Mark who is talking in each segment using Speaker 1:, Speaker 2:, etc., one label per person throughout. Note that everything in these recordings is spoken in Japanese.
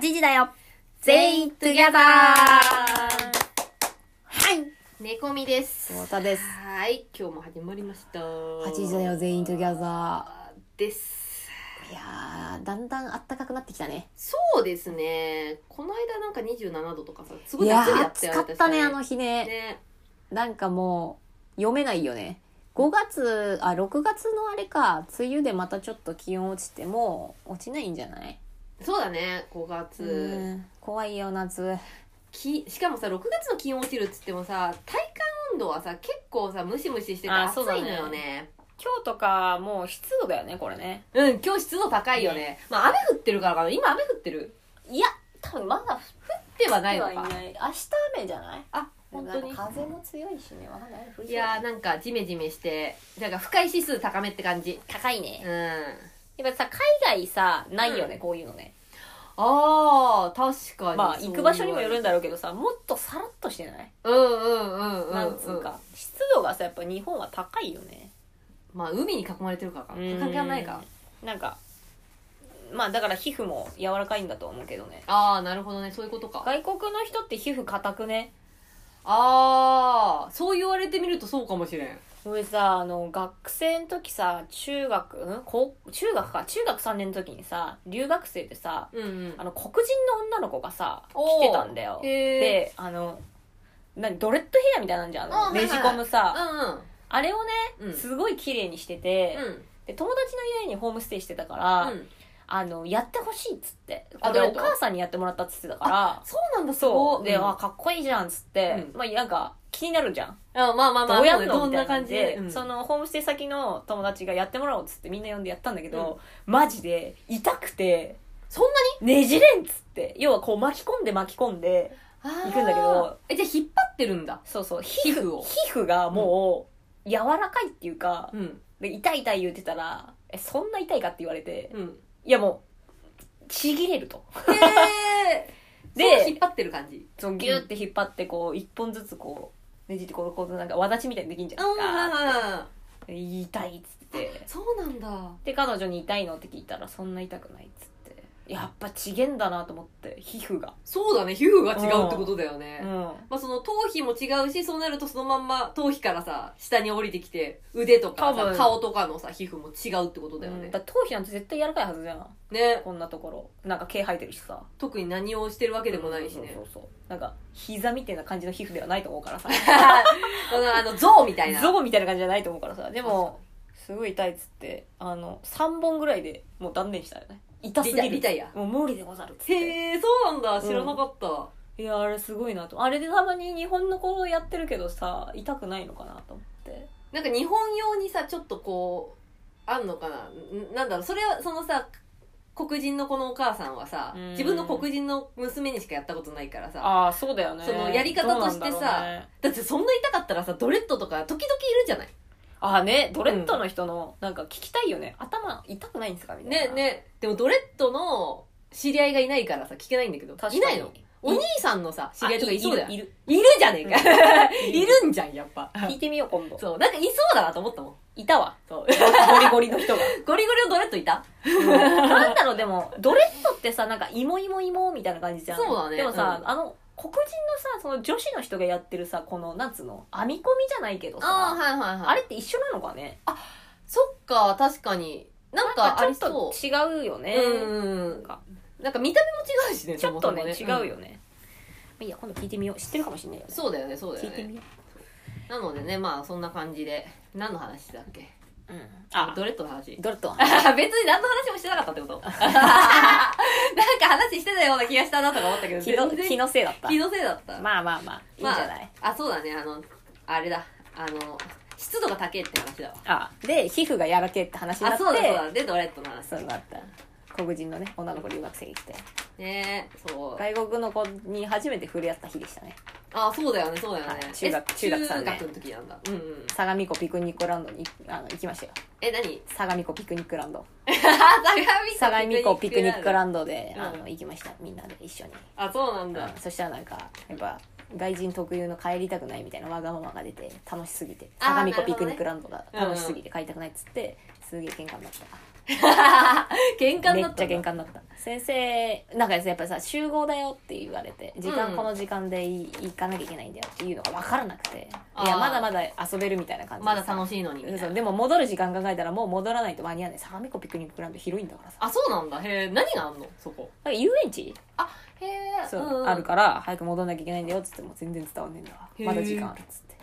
Speaker 1: 時だよ
Speaker 2: 全員 together
Speaker 1: はい
Speaker 2: 猫みです
Speaker 3: 太田です
Speaker 2: はい今日も始まりました8
Speaker 3: 8時だよ全員トゥギャザ
Speaker 2: です
Speaker 3: ーいやーだんだんあったかくなってきたね
Speaker 2: そうですねこの間なんか27度とかさすご
Speaker 3: い
Speaker 2: い
Speaker 3: や
Speaker 2: 夏日
Speaker 3: ー
Speaker 2: だ
Speaker 3: 暑
Speaker 2: ったよ
Speaker 3: かったねあ
Speaker 2: 確
Speaker 3: の
Speaker 2: に
Speaker 3: 日ね
Speaker 2: ね
Speaker 3: なんかもう読めないよね5月あ6月のあれか梅雨でまたちょっと気温落ちても落ちないんじゃない
Speaker 2: そうだね5月、
Speaker 3: うん怖いよ夏
Speaker 2: きしかもさ6月の気温落ちるっつってもさ体感温度はさ結構さムシムシしてて
Speaker 1: あ
Speaker 2: 暑
Speaker 1: そうだね
Speaker 2: いのよね
Speaker 1: 今日とかもう湿度だよねこれね
Speaker 2: うん今日湿度高いよねまあ雨降ってるからかな今雨降ってる
Speaker 1: いや多分まだ降っ
Speaker 2: ではない
Speaker 1: て
Speaker 2: の
Speaker 1: はい
Speaker 2: か
Speaker 1: ない明日雨じゃない
Speaker 2: あ
Speaker 1: でも
Speaker 2: 本
Speaker 1: な
Speaker 2: 当
Speaker 1: ん
Speaker 2: に
Speaker 1: か風も強いしねわかんない
Speaker 2: いやーなんかジメジメしてなんか不快指数高めって感じ
Speaker 1: 高いうね
Speaker 2: ん
Speaker 1: やっぱさ海外さないよね、こういうのね
Speaker 2: あー確かに
Speaker 1: まあ行く場所にもよるん
Speaker 2: ん
Speaker 1: だろうけどさもっとさらっとしてない、
Speaker 2: うんうんうんうん、うん、
Speaker 1: なんつうか湿度がさやっぱ日本は高いよね
Speaker 2: まあ海に囲まれてるからか
Speaker 1: うん
Speaker 2: 関係ないか
Speaker 1: なんかまあだから皮膚も柔らかいんだと思うけどね
Speaker 2: ああなるほどねそういうことか
Speaker 1: 外国の人って皮膚硬くね
Speaker 2: ああそう言われてみるとそうかもしれん
Speaker 1: 俺さあの学生の時さ中学ん高中学か中学3年の時にさ留学生でさ
Speaker 2: うんうん
Speaker 1: あの黒人の女の子がさ
Speaker 2: おー
Speaker 1: 来てたんだよ
Speaker 2: へえ
Speaker 1: であの何ドレッドヘアみたいなんじゃんあ
Speaker 2: あ
Speaker 1: の
Speaker 2: はいは
Speaker 1: ね
Speaker 2: い
Speaker 1: じ込むさ、
Speaker 2: う
Speaker 1: あれをね、
Speaker 2: うん
Speaker 1: すごい綺麗にしてて、
Speaker 2: んうんうん
Speaker 1: で友達の家にホームステイしてたから、
Speaker 2: うん
Speaker 1: あのやってほしいっつって
Speaker 2: あ
Speaker 1: これ
Speaker 2: 誰
Speaker 1: お
Speaker 2: と
Speaker 1: 母さんにやってもらったっつってたから
Speaker 2: そうなんだ
Speaker 1: そうで、
Speaker 2: ん
Speaker 1: あかっこいいじゃんっつって、
Speaker 2: う
Speaker 1: まあなんか気になるじゃん
Speaker 2: あまあまあまあ
Speaker 1: どうやん
Speaker 2: そ
Speaker 1: の
Speaker 2: う
Speaker 1: み
Speaker 2: ね
Speaker 1: た
Speaker 2: ど
Speaker 1: いな
Speaker 2: んな感
Speaker 1: ん
Speaker 2: じで
Speaker 1: で、
Speaker 2: うん
Speaker 1: そのホームステイ先の友達がやってもらおうっつってみんな呼んでやったんだけど、マジで痛くて
Speaker 2: そんな
Speaker 1: ねじれんっつって要はこう巻き込んで巻き込んで
Speaker 2: に
Speaker 1: 行くんだけど
Speaker 2: えじゃあ引っ張ってるんだ
Speaker 1: そうそう皮
Speaker 2: 皮膚を
Speaker 1: 皮膚がもう柔らかいっていうか、
Speaker 2: うん
Speaker 1: で痛い痛い言ってたらえそんな痛いかって言われて
Speaker 2: うん
Speaker 1: いやもうちぎれると
Speaker 2: へー
Speaker 1: で
Speaker 2: そう引っ張ってる感じ
Speaker 1: そうギューって引っ張ってこう一本ずつこうねじってこうこうなんかわだちみたいにできんじゃないですか
Speaker 2: あ
Speaker 1: 痛いっつって
Speaker 2: そうなんだ
Speaker 1: で彼女に痛いのって聞いたらそんな痛くないっつってやっぱちげんだなと思って皮膚が
Speaker 2: そうだね皮膚が違うってことだよね、
Speaker 1: うん
Speaker 2: まあ、その頭皮も違うしそうなるとそのまんま頭皮からさ下に降りてきて腕とか
Speaker 1: 多
Speaker 2: さ
Speaker 1: 分
Speaker 2: 顔とかのさ皮膚も違うってことだよ
Speaker 1: うん
Speaker 2: ね
Speaker 1: だ、から頭皮なんて絶対柔らかいはずじゃん
Speaker 2: ね
Speaker 1: こんなところなんか毛生えてるしさ
Speaker 2: 特に何をしてるわけでもないしね
Speaker 1: そうそうそうなんか膝みたいな感じの皮膚ではないと思うからさ
Speaker 2: あのあの象みたいな
Speaker 1: ゾゴみたいな感じじゃないと思うからさでもすごい痛いっつってあの3本ぐらいでもう断念したよね痛す
Speaker 2: リ
Speaker 1: ぎ
Speaker 2: タ
Speaker 1: る
Speaker 2: リタイヤ
Speaker 1: もう無理でござるっつって
Speaker 2: へえそうなんだ知らなかった、
Speaker 1: いやあれすごいなとあれでたまに日本の子やってるけどさ痛くないのかなと思って
Speaker 2: なんか日本用にさちょっとこうあんのかなんなんだろうそれはそのさ黒人のこのお母さんはさ
Speaker 1: うん
Speaker 2: 自分の黒人の娘にしかやったことないからさ
Speaker 1: ああそうだよね
Speaker 2: そのやり方と
Speaker 1: どう
Speaker 2: してさ
Speaker 1: なんだろうね
Speaker 2: だってそんな痛かったらさドレッドとか時々いるじゃない
Speaker 1: ああねドレッドの人のなんか聞きたいよね、頭痛くないんですかみたい
Speaker 2: ね
Speaker 1: な
Speaker 2: ねでもドレッドの知り合いがいないからさ聞けないんだけど
Speaker 1: 確かに
Speaker 2: いないのお兄さんのさ知り合いとかいそうだよ
Speaker 1: あいる
Speaker 2: いるじゃねえか
Speaker 1: いる
Speaker 2: いるんじゃんやっぱ
Speaker 1: 聞いてみよう今度
Speaker 2: そうなんかいそうだなと思ったもん
Speaker 1: いたわ
Speaker 2: そう
Speaker 1: ゴリゴリの人が
Speaker 2: ゴリゴリのドレッドいた
Speaker 1: なんだろうでもドレッドってさなんかイモイモイモみたいな感じじゃん
Speaker 2: そうだね
Speaker 1: でもさ、
Speaker 2: うん
Speaker 1: あの黒人のさその女子の人がやってるさこのなんつうの編み込みじゃないけどさあ,、
Speaker 2: はいはいはい
Speaker 1: れって一緒なのかね
Speaker 2: そっか、確かに。なんかあり
Speaker 1: ちょ
Speaker 2: そ
Speaker 1: っ
Speaker 2: う。
Speaker 1: と違うよね、
Speaker 2: うん
Speaker 1: なんか
Speaker 2: なんか見た目も違うしね、
Speaker 1: ちょっとね
Speaker 2: そもそも
Speaker 1: 違う。よね、まあいいや今度聞いてみよう知ってるかもしれないよ
Speaker 2: うん
Speaker 1: ね
Speaker 2: そうだよね、そうだ
Speaker 1: 聞
Speaker 2: よ
Speaker 1: いてみ
Speaker 2: ね。
Speaker 1: よ
Speaker 2: なのでね、まあそんな感じで。何の話だっけ
Speaker 1: う、うん、あ
Speaker 2: ドレッドの話。
Speaker 3: ドルトン
Speaker 2: 別に何の話もしてなかったってこと なんか話してたような気がしたなとか思ったけど、
Speaker 1: 気の
Speaker 2: 全然
Speaker 1: 気のせいだった
Speaker 2: 気のせいだった。
Speaker 1: まあまあまあいいんじゃない、
Speaker 2: あ、そうだね、あの、あれだ。あの、湿度が高いって話だわ。
Speaker 1: あ、で皮膚がやらけって話にな
Speaker 2: あ、
Speaker 1: って
Speaker 2: そうだそうだ。で、ドレッドの話。
Speaker 3: そうなった
Speaker 1: 黒人のね女の子留学生が来て
Speaker 2: ねえ、そう。
Speaker 3: 外国の子に初めて触れ合った日でしたね
Speaker 2: あ、そうだよね、そうだよね
Speaker 3: は。い中学
Speaker 2: え
Speaker 3: 中学三年
Speaker 2: 中学の時なんだ。うんうん。
Speaker 3: 相模湖ピクニックランドにあの行きましたよ
Speaker 2: え、何
Speaker 3: 相模湖ピクニックランド
Speaker 2: 相
Speaker 3: 相模湖ピクニック
Speaker 2: ラン
Speaker 3: ランドで、
Speaker 2: うん
Speaker 3: あの行きましたみんなで一緒に、
Speaker 2: ドあそうなんだ、
Speaker 3: うんそしたらなんかやっぱ外人特有の帰りたくないみたいなわがままが出て楽しすぎて
Speaker 2: あー
Speaker 3: 相模湖ピクニックランドが楽しすぎて帰りたくないっつって、すげえ喧嘩になった
Speaker 2: 喧嘩
Speaker 1: めっ
Speaker 2: になっ
Speaker 1: ち
Speaker 2: た
Speaker 1: ゃ喧嘩になった先生なんかやっぱりさ集合だよって言われて時間、
Speaker 2: うん
Speaker 1: この時間でい行かなきゃいけないんだよっていうのが分からなくて
Speaker 2: あー
Speaker 1: いやまだまだ遊べるみたいな感じで
Speaker 2: ま
Speaker 1: さ
Speaker 2: だ楽しいのにみたいな
Speaker 1: そうでも戻る時間考えたらもう戻らないと間に合わない相模湖ピクニックグラウンド広いんだからさ
Speaker 2: あそうなんだへえ何があんのそこ
Speaker 1: なんか遊園地
Speaker 2: へえ
Speaker 1: そう、あるから早く戻んなきゃいけないんだよっつっても全然伝わんねえんだわ
Speaker 2: へー
Speaker 1: まだ時間あるっつって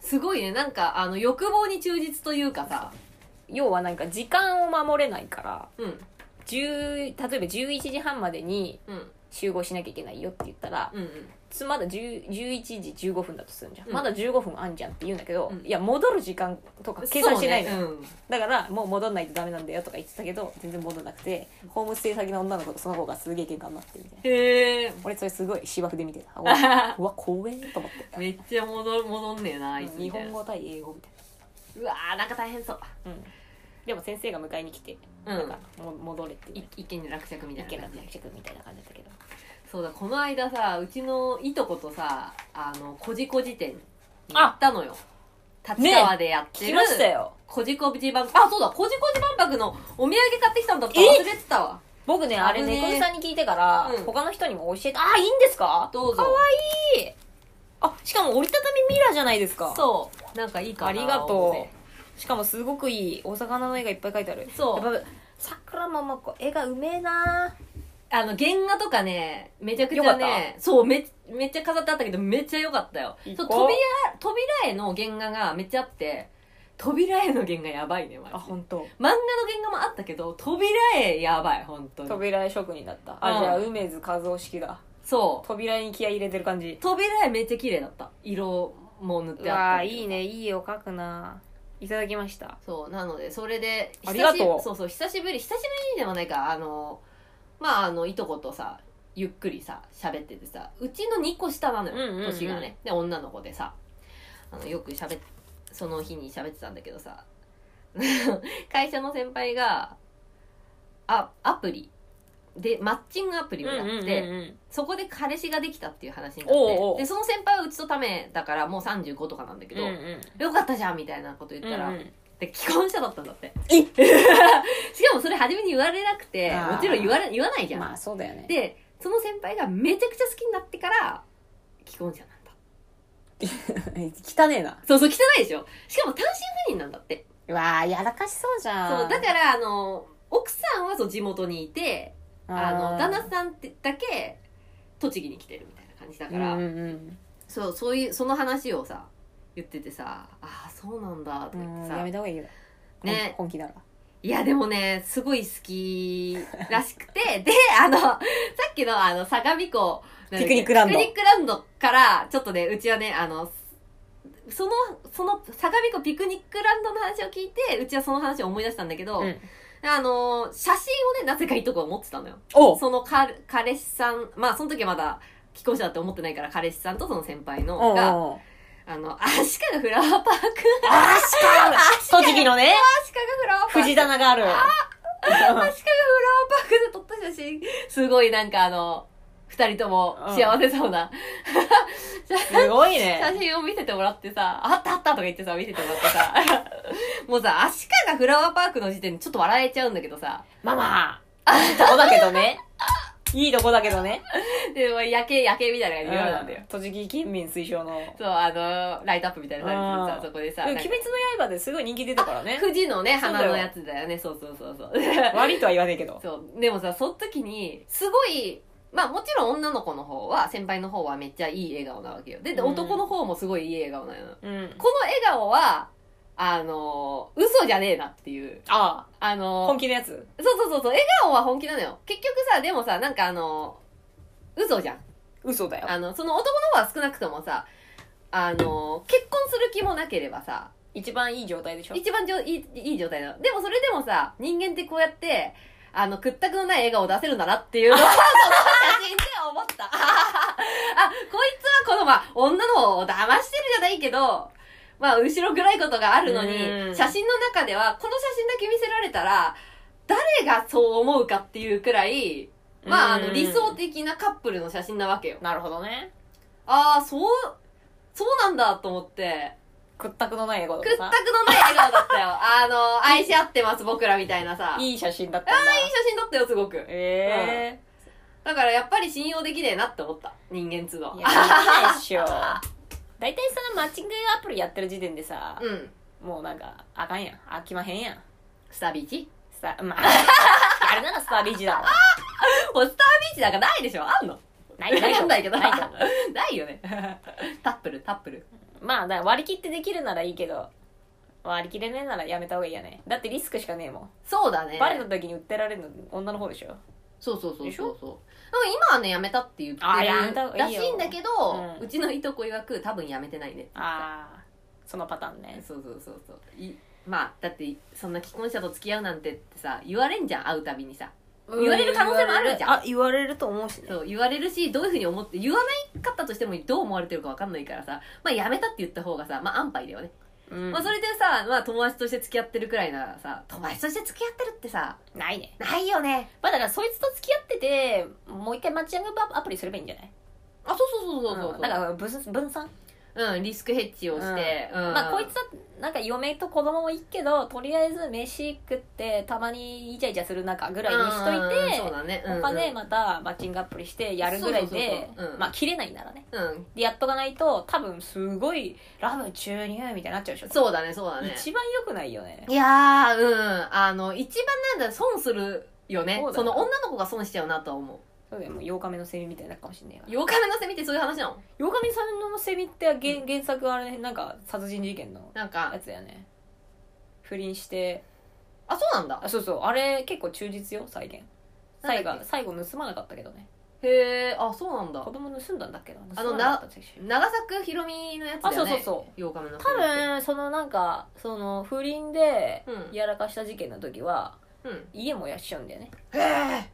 Speaker 2: すごいねなんかあの欲望に忠実というかさ
Speaker 1: 要はなんか時間を守れないから
Speaker 2: うん
Speaker 1: 10例えば11時半までに
Speaker 2: うん
Speaker 1: 集合しなきゃいけないよって言ったら
Speaker 2: うんうん
Speaker 1: つまだ10 11時15分だとするんじゃん、
Speaker 2: うん
Speaker 1: まだ15分あんじゃんって言うんだけど、
Speaker 2: うん
Speaker 1: いや戻る時間とか計算してないのよ、
Speaker 2: そうねうん
Speaker 1: だからもう戻んないとダメなんだよとか言ってたけど全然戻んなくてホームステイ先の女の子とその子がすげえ喧嘩になってみたいな
Speaker 2: へえ
Speaker 1: 俺それすごい芝生で見て たうわうわ怖えと思って
Speaker 2: めっちゃ戻る戻んねえなあいつ
Speaker 1: 日
Speaker 2: みたい
Speaker 1: 本
Speaker 2: な
Speaker 1: 語対英語みたいう
Speaker 2: わーなんか大変そう
Speaker 1: な、うん、でも先生が迎えに来て、
Speaker 2: うん
Speaker 1: なんかも戻れって
Speaker 2: い
Speaker 1: 言われて
Speaker 2: 一見に落着みたい
Speaker 1: 意見
Speaker 2: な
Speaker 1: が
Speaker 2: 感じ
Speaker 1: 大着みたいな感じだったけど
Speaker 2: そうだこの間さうちのいとことさあのこじこじ店に行
Speaker 1: あ
Speaker 2: ったのよ立川でやって
Speaker 1: 来
Speaker 2: る、
Speaker 1: ましたよ
Speaker 2: こじこじ万博あそうだこじこじ万博のお土産買ってきたんだった忘れてたわ
Speaker 1: 僕ねあれ
Speaker 2: 危ねえ
Speaker 1: 猫背さんに聞いてから、
Speaker 2: うん
Speaker 1: 他の人にも教えてあいいんですか
Speaker 2: どう
Speaker 1: か
Speaker 2: ぞ
Speaker 1: わいいあしかも折りたたみミラーじゃないですか
Speaker 2: そうなんかいいかな
Speaker 1: ありが
Speaker 2: 思
Speaker 1: と
Speaker 2: って
Speaker 1: うしかもすごくいいお魚の絵がいっぱい描いてある
Speaker 2: そう
Speaker 1: やっぱさくらももこ絵がうめえな
Speaker 2: あの原画とかねめちゃくち
Speaker 1: よか
Speaker 2: ゃ
Speaker 1: っ
Speaker 2: ねそうめめっちゃ飾ってあったけどめっちゃ良かったよ
Speaker 1: 行
Speaker 2: そう
Speaker 1: こう
Speaker 2: 扉扉絵の原画がめっちゃあって扉絵の原画やばいねマジで
Speaker 1: 当。
Speaker 2: 漫画の原画もあったけど扉絵やばい本当に
Speaker 1: 扉絵職人だった
Speaker 2: う
Speaker 1: あ
Speaker 2: ん
Speaker 1: じゃあ梅津和夫式だ
Speaker 2: そう
Speaker 1: 扉に気合い入れてる感じ
Speaker 2: 扉絵めっちゃ綺麗だった色も塗っ
Speaker 1: う
Speaker 2: てあっ
Speaker 1: わ
Speaker 2: た
Speaker 1: ー
Speaker 2: り
Speaker 1: いいねいい絵を描くないただきました
Speaker 2: そうなのでそれで
Speaker 1: ありがとう
Speaker 2: 久しそうそう久しぶり久しぶりではないかあのまああのいとことさゆっくりさ喋っててさうちの2個下なのよ、
Speaker 1: うんうんうん
Speaker 2: 年がねで女の子でさあのよく喋っその日に喋ってたんだけどさ 会社の先輩があアプリでマッチングアプリをやって、
Speaker 1: で
Speaker 2: そこで彼氏ができたっていう話になって
Speaker 1: おうおう
Speaker 2: でその先輩はうちとためだからもう35とかなんだけど、よかったじゃんみたいなこと言ったら、で既婚者だったんだって
Speaker 1: え
Speaker 2: しかもそれ初めに言われなくて
Speaker 1: あー
Speaker 2: もちろん言われ言わないじゃん、
Speaker 3: まあそうだよね
Speaker 2: でその先輩がめちゃくちゃ好きになってから既婚者なんだ
Speaker 3: 汚ねえな
Speaker 2: そうそう汚いでしょしかも単身赴任なんだって
Speaker 3: うわーやらかしそうじゃん
Speaker 2: そうだからあの奥さんはそう地元にいてあの
Speaker 3: ー
Speaker 2: 旦那さんってだけ栃木に来てるみたいな感じだから、
Speaker 3: うんうん
Speaker 2: そうそういうその話をさ言っててさああそうなんだと
Speaker 3: うん
Speaker 2: か言
Speaker 3: う
Speaker 2: っ
Speaker 3: ん
Speaker 2: てさ
Speaker 3: やめた方がいいよ
Speaker 2: ね
Speaker 3: 本気なら
Speaker 2: いや、でもね、すごい好きらしくて、で、あの、さっきのあの、相模湖、なんだ
Speaker 3: ピ
Speaker 2: っけ
Speaker 3: クニックランド
Speaker 2: ピクニックランドから、ちょっとね、うちはね、あの、その、その、相模湖ピクニックランドの話を聞いて、うちはその話を思い出したんだけど、
Speaker 1: うん
Speaker 2: あの、写真をね、なぜかいとこは持ってたのよ。
Speaker 1: お
Speaker 2: そのか彼氏さん、まあ、その時はまだ、既婚者だって思ってないから、彼氏さんとその先輩の
Speaker 1: お
Speaker 2: が、
Speaker 1: お
Speaker 2: あの、アシカがフラワーパーク、
Speaker 1: あし か栃木のね
Speaker 2: アシカがフラワーパーク。
Speaker 1: 藤棚がある
Speaker 2: 確かにフラワーパークで撮った写真、すごいなんかあの、二人とも幸せそうな、
Speaker 1: すごい
Speaker 2: 写
Speaker 1: ね
Speaker 2: 真を見せてもらってさ、あったあったとか言ってさ、見せてもらってさ、 もうさ、アシカがフラワーパークの時点でちょっと笑えちゃうんだけどさ、
Speaker 1: ママいいとこだけど ねいいとこだけどね
Speaker 2: で、まあ夜景、夜景みた
Speaker 1: う
Speaker 2: いな感じで夜なんだよ
Speaker 1: ん。栃木県民推奨の
Speaker 2: そう、あの、ライトアップみたいな感じでさ、
Speaker 1: うん
Speaker 2: そこで
Speaker 1: で
Speaker 2: さ、
Speaker 1: も
Speaker 2: なん
Speaker 1: 鬼
Speaker 2: か
Speaker 1: 滅の刃ですごい人気出たからね
Speaker 2: 富士のね、
Speaker 1: そうだよ
Speaker 2: 花のやつだよね、そうそうそうそう。
Speaker 1: 悪いとは言わねえけど
Speaker 2: そう。でもさ、その時に、すごい、まあもちろん女の子の方は、先輩の方はめっちゃいい笑顔なわけよ。で、で
Speaker 1: うん
Speaker 2: 男の方もすごいいい笑顔なの。
Speaker 1: うん
Speaker 2: この笑顔は、あの、嘘じゃねえなっていう。
Speaker 1: あ
Speaker 2: あ
Speaker 1: あ
Speaker 2: の、
Speaker 1: 本気のやつ
Speaker 2: そうそうそうそう、笑顔は本気なのよ。結局さ、でもさ、なんかあの、嘘じゃん。
Speaker 1: 嘘だよ
Speaker 2: あの、その男の方は少なくともさ、あの、結婚する気もなければさ、
Speaker 1: 一番いい状態でしょ
Speaker 2: 一番じょいいいい状態なの。でもそれでもさ、人間ってこうやって、あの、屈託のない笑顔を出せるんだなっていう のを、その写真で思った。あ、こいつはこの、まあ、女の方を騙してるじゃないけど、まあ、後ろ暗いことがあるのに
Speaker 1: う、ん
Speaker 2: 写真の中では、この写真だけ見せられたら、誰がそう思うかっていうくらい、まあ、あ
Speaker 1: う
Speaker 2: の、
Speaker 1: ん
Speaker 2: 理想的なカップルの写真なわけよ。
Speaker 1: なるほどね
Speaker 2: ああ、そう、そうなんだと思って、
Speaker 1: 屈託のない笑顔だ
Speaker 2: 屈
Speaker 1: っ
Speaker 2: 託の
Speaker 1: たな
Speaker 2: ない笑顔だっ たよ。あの、愛し合ってます、僕らみたいなさ。いい
Speaker 1: いい写真だったんだ
Speaker 2: 写真撮ったよ、すごく。
Speaker 1: え
Speaker 2: だからやっぱり信用できねえなって思った。人間都
Speaker 1: え
Speaker 2: 度
Speaker 1: い。やできないっしょ 大体そのマッチングアプリやってる時点でさ、
Speaker 2: うん。
Speaker 1: もうなんかあかんやん飽きまへんやん
Speaker 2: スタービーチ
Speaker 1: さ まああれならスタービーチだわ
Speaker 2: もうスタービーチなんかないでしょあんの
Speaker 1: ないない
Speaker 2: わかんないけど。
Speaker 1: ないと思う
Speaker 2: ないよね。 タップル、タップル。
Speaker 1: まあだから割り切ってできるならいいけど割り切れねえならやめた方がいいやねだってリスクしかねえもん、
Speaker 2: そうだね。
Speaker 1: バレた時に売ってられるの女の方でしょ
Speaker 2: そうそうそう
Speaker 1: でし
Speaker 2: そ
Speaker 1: ょ
Speaker 2: うそう。でも今はね、やめたって言って
Speaker 1: あやめた方
Speaker 2: る
Speaker 1: が
Speaker 2: ら
Speaker 1: いい
Speaker 2: し
Speaker 1: よ
Speaker 2: いんだけど、
Speaker 1: うん
Speaker 2: うちのいとこ曰く多分やめてないね。
Speaker 1: ああそのパターンね
Speaker 2: そうそうそうそう。いまあ、だって、そんな既婚者と付き合うなんてってさ、言われんじゃん、会うたびにさ。言われる可能性もあるじゃん
Speaker 1: あ言われると思うしね
Speaker 2: そう、言われるし、どういうふうに思って、言わないかったとしてもどう思われてるかわかんないからさ、まあやめたって言った方がさ、まあ安牌だよね。
Speaker 1: うん
Speaker 2: まあそれでさ、まあ友達として付き合ってるくらいならさ、友達として付き合ってるってさ、
Speaker 1: ないね
Speaker 2: ないよね。
Speaker 1: まあだからそいつと付き合っててもう一回マッチングアプリすればいいんじゃない
Speaker 2: あ、そうそうそうそうそう。
Speaker 1: んだから分散分散、
Speaker 2: うん、リスクヘッジをして、うん。
Speaker 1: まあこいつはなんか嫁と子供もいいけどとりあえず飯食ってたまにイチャイチャする中ぐらいにしといて、
Speaker 2: うんうんそうだね。うんうん
Speaker 1: 他でまたマッチングアプリしてやるぐらいで
Speaker 2: そうそうそうそううん
Speaker 1: まあ切れないならね
Speaker 2: うん。
Speaker 1: でやっとかないと多分すごいラブ注入みたいになっちゃうでしょ
Speaker 2: そうだね、そうだね。
Speaker 1: 一番良くないよね
Speaker 2: いやー、うん。あの、一番なんだ、損するよね。
Speaker 1: そう
Speaker 2: そ
Speaker 1: だね
Speaker 2: の女の子が損しちゃうなとは思
Speaker 1: そうだよもう8日目のセミみたいになるかもしんないか
Speaker 2: う。8日目のセミってそういう話なの
Speaker 1: ら8日目さんのセミって原原作はあれねなんか殺人事件の
Speaker 2: なんか
Speaker 1: や、つだよね不倫して
Speaker 2: あ、そうなんだ
Speaker 1: あ。そうそうあれ結構忠実よ再現
Speaker 2: なん
Speaker 1: 最
Speaker 2: だっ
Speaker 1: 後
Speaker 2: け
Speaker 1: 最後盗まなかったけどね
Speaker 2: へえ、あ、そうなんだ
Speaker 1: 子。供盗んだんだっけど
Speaker 2: あ
Speaker 1: 盗
Speaker 2: の
Speaker 1: まなかったでしょ
Speaker 2: 長作ひろみのやつだ
Speaker 1: あそ
Speaker 2: よ
Speaker 1: う
Speaker 2: ね。
Speaker 1: そうそう
Speaker 2: 8日目のセ
Speaker 1: 多
Speaker 2: ミって。
Speaker 1: 分そのなんかその不倫で
Speaker 2: うん
Speaker 1: やらかした事件の時は
Speaker 2: うん。
Speaker 1: 家燃やしちゃうんだよね
Speaker 2: へえ。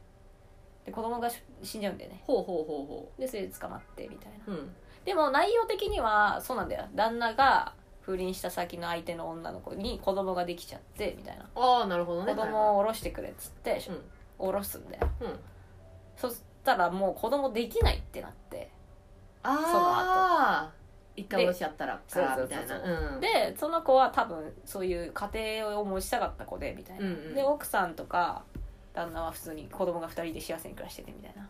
Speaker 1: で子供がし死んじゃうんだよね
Speaker 2: ほうほうほうほ
Speaker 1: でそれで捕まってみたいな
Speaker 2: う。うん。
Speaker 1: でも内容的にはそうなんだよ旦那が不倫した先の相手の女の子に子供ができちゃってみたいな
Speaker 2: ああ、なるほどね。
Speaker 1: 子供を下ろしてくれっつって
Speaker 2: うん
Speaker 1: 下ろすんだよ
Speaker 2: うん。
Speaker 1: そしたらもう子供できないってなって
Speaker 2: ああ。一回落ちちゃったら、
Speaker 1: そう
Speaker 2: から
Speaker 1: そう
Speaker 2: みたいな。
Speaker 1: そう
Speaker 2: うん。
Speaker 1: でその子は多分そういう家庭を持ちたかった子でみたいな、
Speaker 2: うんうん
Speaker 1: で奥さんとか旦那は普通に子供が2人で幸せに暮らしててみたいな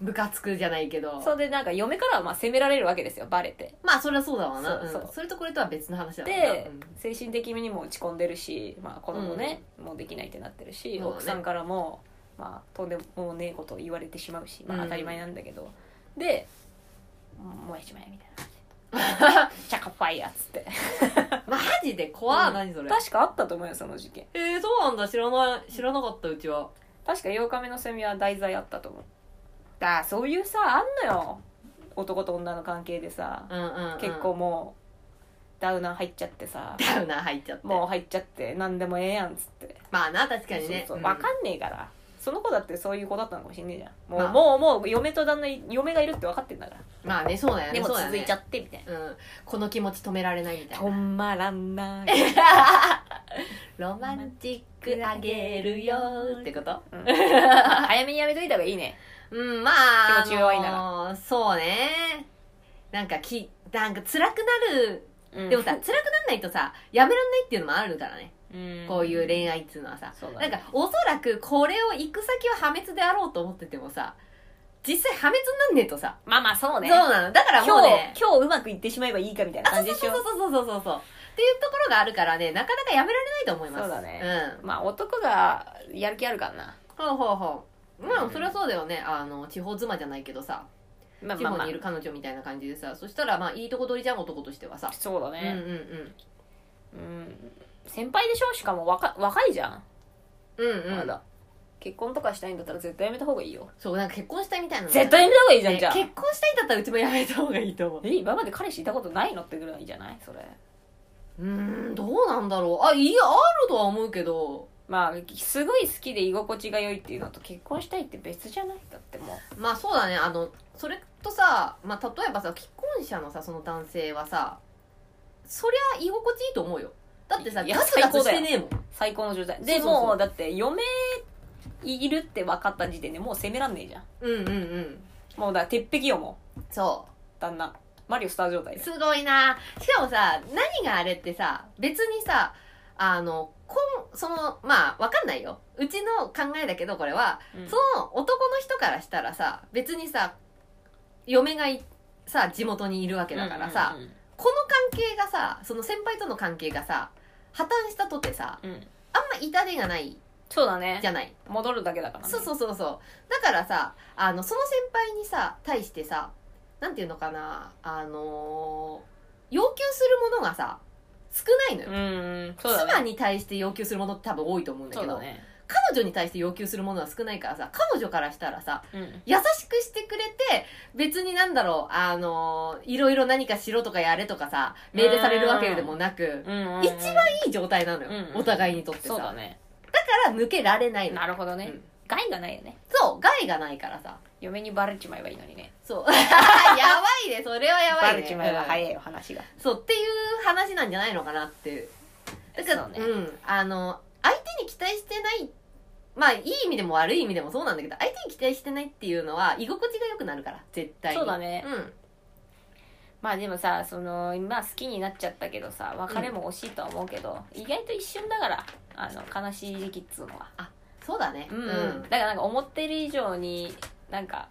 Speaker 2: 部活くじゃないけど。
Speaker 1: それでなんか嫁からはまあ責められるわけですよバレて
Speaker 2: まあ、それはそうだわな。
Speaker 1: そうそう
Speaker 2: うんそれとこれとは別の話だわな
Speaker 1: で
Speaker 2: うん
Speaker 1: 精神的にも落ち込んでるし、まあ、子供ね、もうできないってなってるし、
Speaker 2: そうだね
Speaker 1: 奥さんからも、まあ、とんでもねえことを言われてしまうし、ま
Speaker 2: う
Speaker 1: あ、
Speaker 2: ん
Speaker 1: 当たり前なんだけど、で「もうやしまえ」みたいな 感じで「チャカファイヤー」っつって
Speaker 2: マジで怖
Speaker 1: う
Speaker 2: っ
Speaker 1: ん
Speaker 2: 何それ。
Speaker 1: 確かあったと思うよその事件
Speaker 2: えー、そうなんだ。知らない、知らなかった、うちは。
Speaker 1: 確か8日目のセミは題材あったと思うだからそういうさあんのよ男と女の関係でさ、
Speaker 2: うんうん、うん。
Speaker 1: 結構。もうダウナー入っちゃってさ
Speaker 2: ダウナー入っちゃって。
Speaker 1: もう入っちゃって何でもええやんっつって
Speaker 2: まあな、確かにね。
Speaker 1: そうそううん分かんねえから、その子だってそういう子だったのかもしんねえじゃんもう,、
Speaker 2: まあ
Speaker 1: もうもう嫁と旦那嫁がいるって分かってんだから、
Speaker 2: まあね、そうだよね。
Speaker 1: でも
Speaker 2: そうだよ
Speaker 1: 続
Speaker 2: ね
Speaker 1: いちゃってみたいな
Speaker 2: うん。この気持ち止められないみたい
Speaker 1: 止
Speaker 2: な。
Speaker 1: まらない
Speaker 2: ロマンチックあげるよーってこと
Speaker 1: うん早めにやめといた方がいいね
Speaker 2: うん、まあ。
Speaker 1: 気持ち弱いなら
Speaker 2: ら。そうね。なんかき、なんか辛くなる。
Speaker 1: うん
Speaker 2: でもさ、辛くなんないとさ、やめらんないっていうのもあるからね。
Speaker 1: うん
Speaker 2: こういう恋愛っていうのはさ。
Speaker 1: そうだ
Speaker 2: なん
Speaker 1: ね
Speaker 2: か、おそらくこれを行く先は破滅であろうと思っててもさ、実際破滅になんねえとさ。
Speaker 1: まあまあそうね
Speaker 2: そうなの。だからもうね。
Speaker 1: 今日今日うまくいってしまえばいいかみたいな
Speaker 2: あそ
Speaker 1: 感
Speaker 2: う
Speaker 1: じ
Speaker 2: そう
Speaker 1: でしょ
Speaker 2: そうそうそうそうそう。っていうところがあるからね、なかなかやめられないと思います。
Speaker 1: そうだね
Speaker 2: うん。
Speaker 1: まあ男がやる気あるからな
Speaker 2: ほうほうほう。
Speaker 1: う
Speaker 2: まあ、
Speaker 1: ん
Speaker 2: それはそうだよね。あの、地方妻じゃないけどさ、
Speaker 1: まあ
Speaker 2: 地
Speaker 1: まあ
Speaker 2: 方
Speaker 1: ま
Speaker 2: にいる
Speaker 1: あ
Speaker 2: 彼女みたいな感じでさ、そしたら、まあ、いいとこ取りじゃん、男としてはさ。
Speaker 1: そうだ
Speaker 2: うんうん
Speaker 1: ねうん、先輩でしょしかも若若いじゃん、
Speaker 2: うん。うんうん。
Speaker 1: まだ結婚とかしたいんだったら絶対やめた方がいいよ
Speaker 2: そう、なんか結婚したいみたいなの
Speaker 1: 絶対やめた方がいいじゃん
Speaker 2: ね
Speaker 1: じゃあ
Speaker 2: 結婚したいんだったらうちもやめた方がいいと思う。
Speaker 1: え今まで彼氏いたことないのってぐらいじゃないそれ
Speaker 2: うーん、どうなんだろう。あ、いや、あるとは思うけど、
Speaker 1: まあすごい好きで居心地が良いっていうのと結婚したいって別じゃないだってもう
Speaker 2: まあそうだね、あの、それとさ、まあ例えばさ、既婚者のさ、その男性はさ、そりゃ居心地いいと思うよ。だってさ、
Speaker 1: いや
Speaker 2: ガツガ
Speaker 1: 最
Speaker 2: ツ
Speaker 1: 高
Speaker 2: し
Speaker 1: だ
Speaker 2: て
Speaker 1: よ
Speaker 2: ねえもん。
Speaker 1: 最高の状態で
Speaker 2: そうそうそう
Speaker 1: もうだって嫁いるって分かった時点でもう責めらんねえじゃん
Speaker 2: うんうんうん。
Speaker 1: もうだから鉄壁よも
Speaker 2: そう
Speaker 1: 旦那
Speaker 2: う。
Speaker 1: マリオスター状態です
Speaker 2: すごいなしかもさ、何があれってさ、別にさ、あの、こん、その、まあ、わかんないよ。うちの考えだけど、これは、
Speaker 1: うん
Speaker 2: その男の人からしたらさ、別にさ、嫁がい、さ、地元にいるわけだからさ、
Speaker 1: うんうんうん
Speaker 2: この関係がさ、その先輩との関係がさ、破綻したとてさ、
Speaker 1: うん
Speaker 2: あんま痛手がない
Speaker 1: そうだね
Speaker 2: じゃない。
Speaker 1: 戻るだけだからね
Speaker 2: そうそうそうそう。だからさ、あの、その先輩にさ、対してさ、なんていうのかな、あのー要求するものがさ、少ないのよ。
Speaker 1: うんそうだ
Speaker 2: 妻
Speaker 1: ね
Speaker 2: に対して要求するものって多分多いと思うんだ
Speaker 1: そ
Speaker 2: け
Speaker 1: う
Speaker 2: ど、
Speaker 1: だね
Speaker 2: 彼女に対して要求するものは少ないからさ、彼女からしたらさ、
Speaker 1: うん
Speaker 2: 優しくしてくれて、別になんだろう、あのーいろいろ何かしろとかやれとかさ、命令されるわけでもなく、
Speaker 1: うんうん
Speaker 2: 一番いい状態なのよ、
Speaker 1: うんうん
Speaker 2: お互いにとってさ。
Speaker 1: そう
Speaker 2: だ
Speaker 1: だね
Speaker 2: から抜けられないの。
Speaker 1: なるほど
Speaker 2: う
Speaker 1: ね
Speaker 2: ん
Speaker 1: 害がないよね
Speaker 2: そう、害がないからさ。
Speaker 1: 嫁にバレちまえばいいのにね
Speaker 2: そう。 やばいね、それはやば
Speaker 1: バ
Speaker 2: いね。
Speaker 1: レちまえば
Speaker 2: い。
Speaker 1: 早いよ話が
Speaker 2: そう、っていう話なんじゃないのかなっていう。だから、
Speaker 1: そうね
Speaker 2: うん。あの、相手に期待してない、まあ、いい意味でも悪い意味でもそうなんだけど、相手に期待してないっていうのは、居心地が良くなるから、絶対に。
Speaker 1: そうだね
Speaker 2: うん。
Speaker 1: まあでもさその今好きになっちゃったけどさ別れも惜しいとは思うけど、意外と一瞬だからあの悲しい時期っつうのは
Speaker 2: そうだね。
Speaker 1: うん、だからなんか思ってる以上になんか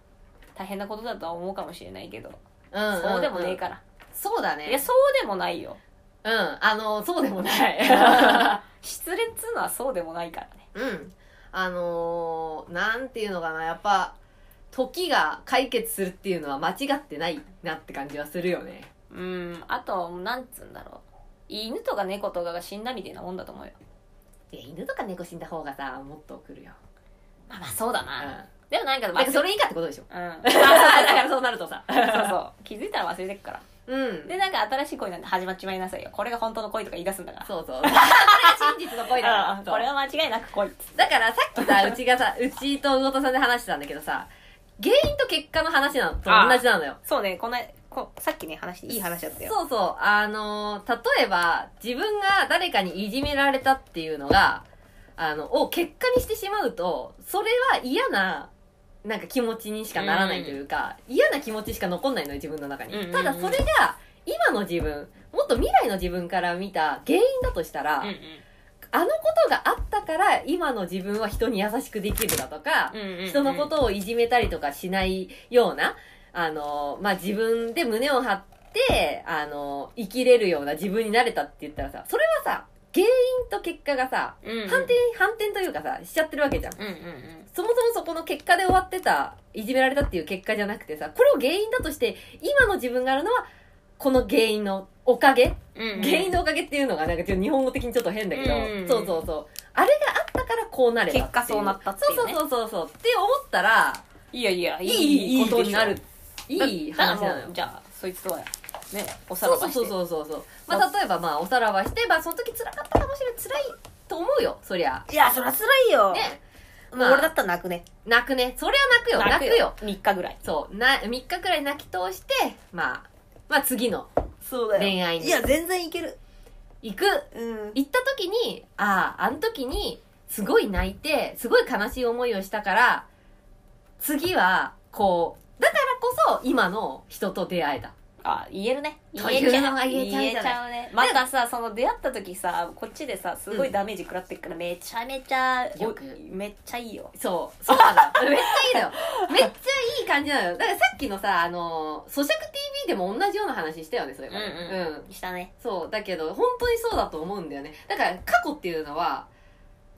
Speaker 1: 大変なことだとは思うかもしれないけど、
Speaker 2: うん。ん
Speaker 1: そうでもねえ。
Speaker 2: ん
Speaker 1: から、
Speaker 2: そうだ
Speaker 1: いや
Speaker 2: ね。
Speaker 1: そうでもないよ
Speaker 2: うん。あの、そうでもない。
Speaker 1: 失恋っつうのはそうでもないからね
Speaker 2: うん。あのーなんていうのかな、やっぱ、時が解決するっていうのは間違ってないなって感じはするよね。
Speaker 1: うんあとなんつうんだろう犬とか猫とかが死んだみたいなもんだと思うよ
Speaker 2: いや、犬とか猫死んだ方がさ、もっと来るよ。
Speaker 1: まあまあそうだ
Speaker 2: うん。
Speaker 1: な、
Speaker 2: な
Speaker 1: でもなんか忘
Speaker 2: んか
Speaker 1: れ
Speaker 2: それ以下ってことでしょ。
Speaker 1: うんあ
Speaker 2: だからそうなるとさ。
Speaker 1: そうそう気づいたら忘れてくから
Speaker 2: うん。
Speaker 1: でなんか新しい恋なんて始まっちまいなさいよこれが本当の恋とか言い出すんだから
Speaker 2: そう そう。これが真実の恋だ
Speaker 1: あ
Speaker 2: か
Speaker 1: ー
Speaker 2: ら。
Speaker 1: これは間違いなく恋っつって
Speaker 2: だからさっきさ、うちがさ、うちと魚田さんで話してたんだけどさ、原因と結果の話なのと同じなのよ。
Speaker 1: そうねこのこさっきね話いい話だったよ
Speaker 2: そうそう。あのー、例えば、自分が誰かにいじめられたっていうのが、あの、を結果にしてしまうと、それは嫌な、なんか気持ちにしかならないというか、嫌な気持ちしか残んないのよ、自分の中に。
Speaker 1: うんうんうん
Speaker 2: ただ、それが、今の自分、もっと未来の自分から見た原因だとしたら、
Speaker 1: うん
Speaker 2: あのことがあったから、今の自分は人に優しくできるだとか、
Speaker 1: うんうんうん
Speaker 2: 人のことをいじめたりとかしないような、あの、まあ、自分で胸を張って、あの、生きれるような自分になれたって言ったらさ、それはさ、原因と結果がさ、
Speaker 1: うんうん
Speaker 2: 反転、反転というかさ、しちゃってるわけじゃん。
Speaker 1: うんうんうん
Speaker 2: そもそもそこの結果で終わってた、いじめられたっていう結果じゃなくてさ、これを原因だとして、今の自分があるのは、この原因のおかげ
Speaker 1: うんうん
Speaker 2: 原因のおかげっていうのがなんかちょっと日本語的にちょっと変だけど、
Speaker 1: うん
Speaker 2: そうそうそうあれがあったからこうなれたってい
Speaker 1: 結果そうなったっていうね
Speaker 2: そうそうそうそうって思ったら
Speaker 1: いやいや
Speaker 2: いいいいことになるい
Speaker 1: い
Speaker 2: い話なのよ
Speaker 1: じゃあそいつとはねおさ
Speaker 2: そ
Speaker 1: ら
Speaker 2: う
Speaker 1: ばして
Speaker 2: そうそうそうそうまあ例えばまあおさらばしてまあその時辛かったかもしれない辛いと思うよそりゃ
Speaker 1: いやそりゃ辛いよ、
Speaker 2: ね
Speaker 1: もう俺だったら泣くね
Speaker 2: 泣くねそりゃ泣くよ泣くよ
Speaker 1: 3日ぐらい
Speaker 2: そうな3日くらい泣き通してまあまあ次の
Speaker 1: そう
Speaker 2: よ恋愛に
Speaker 1: いや全然いける
Speaker 2: 行く
Speaker 1: うん
Speaker 2: 行った時にあああの時にすごい泣いてすごい悲しい思いをしたから次はこうだからこそ今の人と出会えた
Speaker 1: あ言えるね
Speaker 2: というのが言えちゃうじゃない
Speaker 1: ねまたさその出会った時さこっちでさすごいダメージ食らってるからめちゃめちゃ
Speaker 2: よく
Speaker 1: おめっちゃいいよ
Speaker 2: そうそうなの めっちゃいいのよめっちゃいい感じなのよだからさっきのさあの咀嚼 TV でも同じような話したよねそれから
Speaker 1: うん
Speaker 2: うん
Speaker 1: したね
Speaker 2: そうだけど本当にそうだと思うんだよねだから過去っていうのは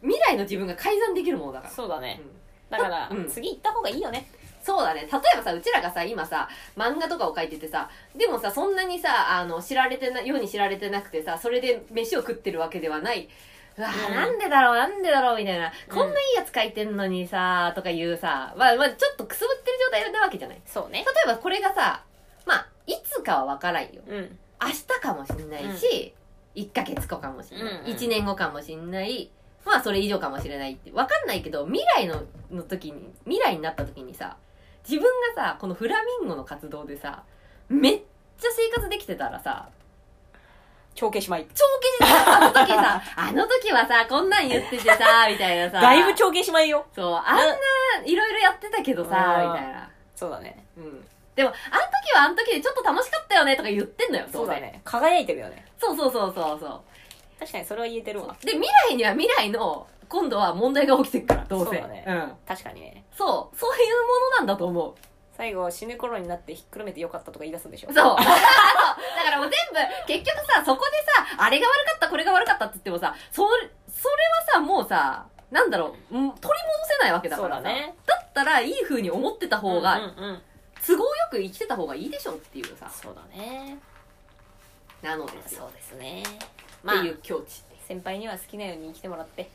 Speaker 2: 未来の自分が改ざんできるものだから
Speaker 1: そうだね
Speaker 2: うん
Speaker 1: だから、
Speaker 2: うん
Speaker 1: 次行った方がいいよね
Speaker 2: そうだね。例えばさ、うちらがさ、今さ、漫画とかを書いててさ、でもさ、そんなにさ、あの、知られてな、世に知られてなくてさ、それで飯を食ってるわけではない。うわー
Speaker 1: うん
Speaker 2: なんでだろう、なんでだろう、みたいな。
Speaker 1: うん
Speaker 2: こんないいやつ書いてんのにさ、とか言うさ、まあまあ、ちょっとくすぶってる状態なわけじゃない。例
Speaker 1: そうね
Speaker 2: えばこれがさ、まあ、いつかはわからんよ。
Speaker 1: うん
Speaker 2: 明日かもしんないし、1ヶ月後かもしんない、
Speaker 1: うんうん
Speaker 2: 1年後かもしんないまあそれ以上かもしれないってわかんないけど未来のの時に未来になった時にさ自分がさこのフラミンゴの活動でさめっちゃ生活できてたらさ
Speaker 1: 帳消しまい
Speaker 2: 長期でさあの時 さあの時はさこんなん言っててさみたいなさ
Speaker 1: だいぶ帳消しまいよ
Speaker 2: そうあんないろいろやってたけどさ
Speaker 1: うん
Speaker 2: みたいな
Speaker 1: そうだね
Speaker 2: うんでも、あの時はあの時でちょっと楽しかったよねとか言ってんのよ、
Speaker 1: そう
Speaker 2: 当
Speaker 1: だ
Speaker 2: 然。
Speaker 1: ね輝いてるよね
Speaker 2: そうそうそうそうそう。
Speaker 1: 確かにそれは言えてるわ
Speaker 2: で、未来には未来の、今度は問題が起きてるから、どうせ。
Speaker 1: そうだね
Speaker 2: ん。
Speaker 1: 確かにね
Speaker 2: そう、そういうものなんだと思う。
Speaker 1: 最後死ぬ頃になってひっくるめてよかったとか言い出すんでしょ
Speaker 2: そう。そうだからもう全部、結局さ、そこでさ、あれが悪かった、これが悪かったって言ってもさ、それ、それはさ、もうさ、なんだろう、うん取り戻せないわけだから
Speaker 1: そう
Speaker 2: さ。
Speaker 1: だね
Speaker 2: だったら、いい風に思ってた方が、
Speaker 1: うんうんうん
Speaker 2: 都合よく生きてた方がいいでしょっていうさ、
Speaker 1: そうだね
Speaker 2: なのですよ。
Speaker 1: そうですね
Speaker 2: っ
Speaker 1: まあ
Speaker 2: ていう境地。
Speaker 1: 先輩には好きなように生きてもらって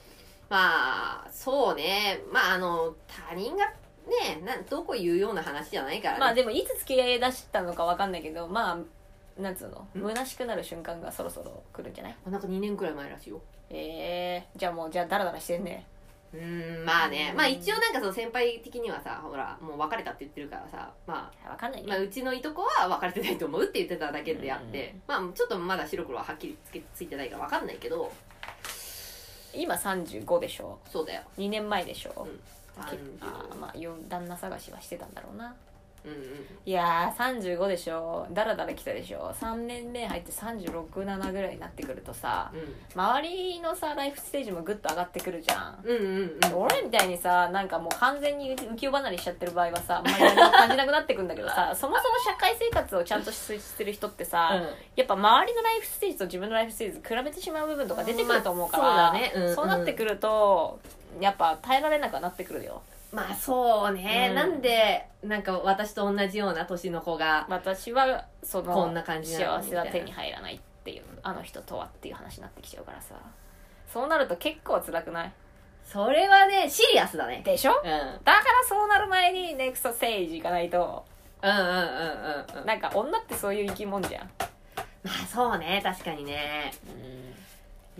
Speaker 2: まあ、そうね。まあ、あの、他人がね、なんどこ言うような話じゃないからね。
Speaker 1: まあでもいつ付き合い出したのかわかんないけどまあなんつうの
Speaker 2: うん
Speaker 1: 虚しくなる瞬間がそろそろ来るんじゃない
Speaker 2: なんか2年くらい前らしいよ。
Speaker 1: えー、じゃあもうじゃあダラダラしてんね
Speaker 2: うーん、まあね
Speaker 1: う。ん
Speaker 2: まあ一応なんかその先輩的にはさ、ほら、もう別れたって言ってるからさ、まあ、
Speaker 1: わかんない
Speaker 2: まあ、
Speaker 1: ね
Speaker 2: うちのいとこは別れてないと思うって言ってただけであって、まあちょっとまだ白黒ははっきりつけついてないから分かんないけど、
Speaker 1: 今35でしょ
Speaker 2: そうだよ。
Speaker 1: 2年前でしょ、
Speaker 2: うん
Speaker 1: あーまあよ旦那探しはしてたんだろうな
Speaker 2: うんうん。
Speaker 1: いやー35でしょダラダラ来たでしょ3年目入って367ぐらいになってくるとさ周りのさライフステージもグッと上がってくるじゃん
Speaker 2: うんうんうん。
Speaker 1: 俺みたいにさなんかもう完全に浮世離れしちゃってる場合はさあんまり何も感じなくなってくんだけど さそもそも社会生活をちゃんとしてる人ってさ、やっぱ周りのライフステージと自分のライフステージ比べてしまう部分とか出てくると思うから、
Speaker 2: まあそうだねうんうん
Speaker 1: そうなってくるとやっぱ耐えられなくはなってくるよ
Speaker 2: まあそうね、
Speaker 1: うん
Speaker 2: なんで、なんか私と同じような年の子が、
Speaker 1: 私はその
Speaker 2: こんな感じなの
Speaker 1: 幸
Speaker 2: に
Speaker 1: せは手に入らないっていうあの人とはっていう話になってきちゃうからさそうなると結構辛くない
Speaker 2: それはね、シリアスだね。
Speaker 1: でしょ
Speaker 2: うん。うんうんうん
Speaker 1: だからそうなる前にネクストステージ行かないと
Speaker 2: うんうん。
Speaker 1: なんか女ってそういう生き物じゃん、
Speaker 2: まあそうね、確かにね。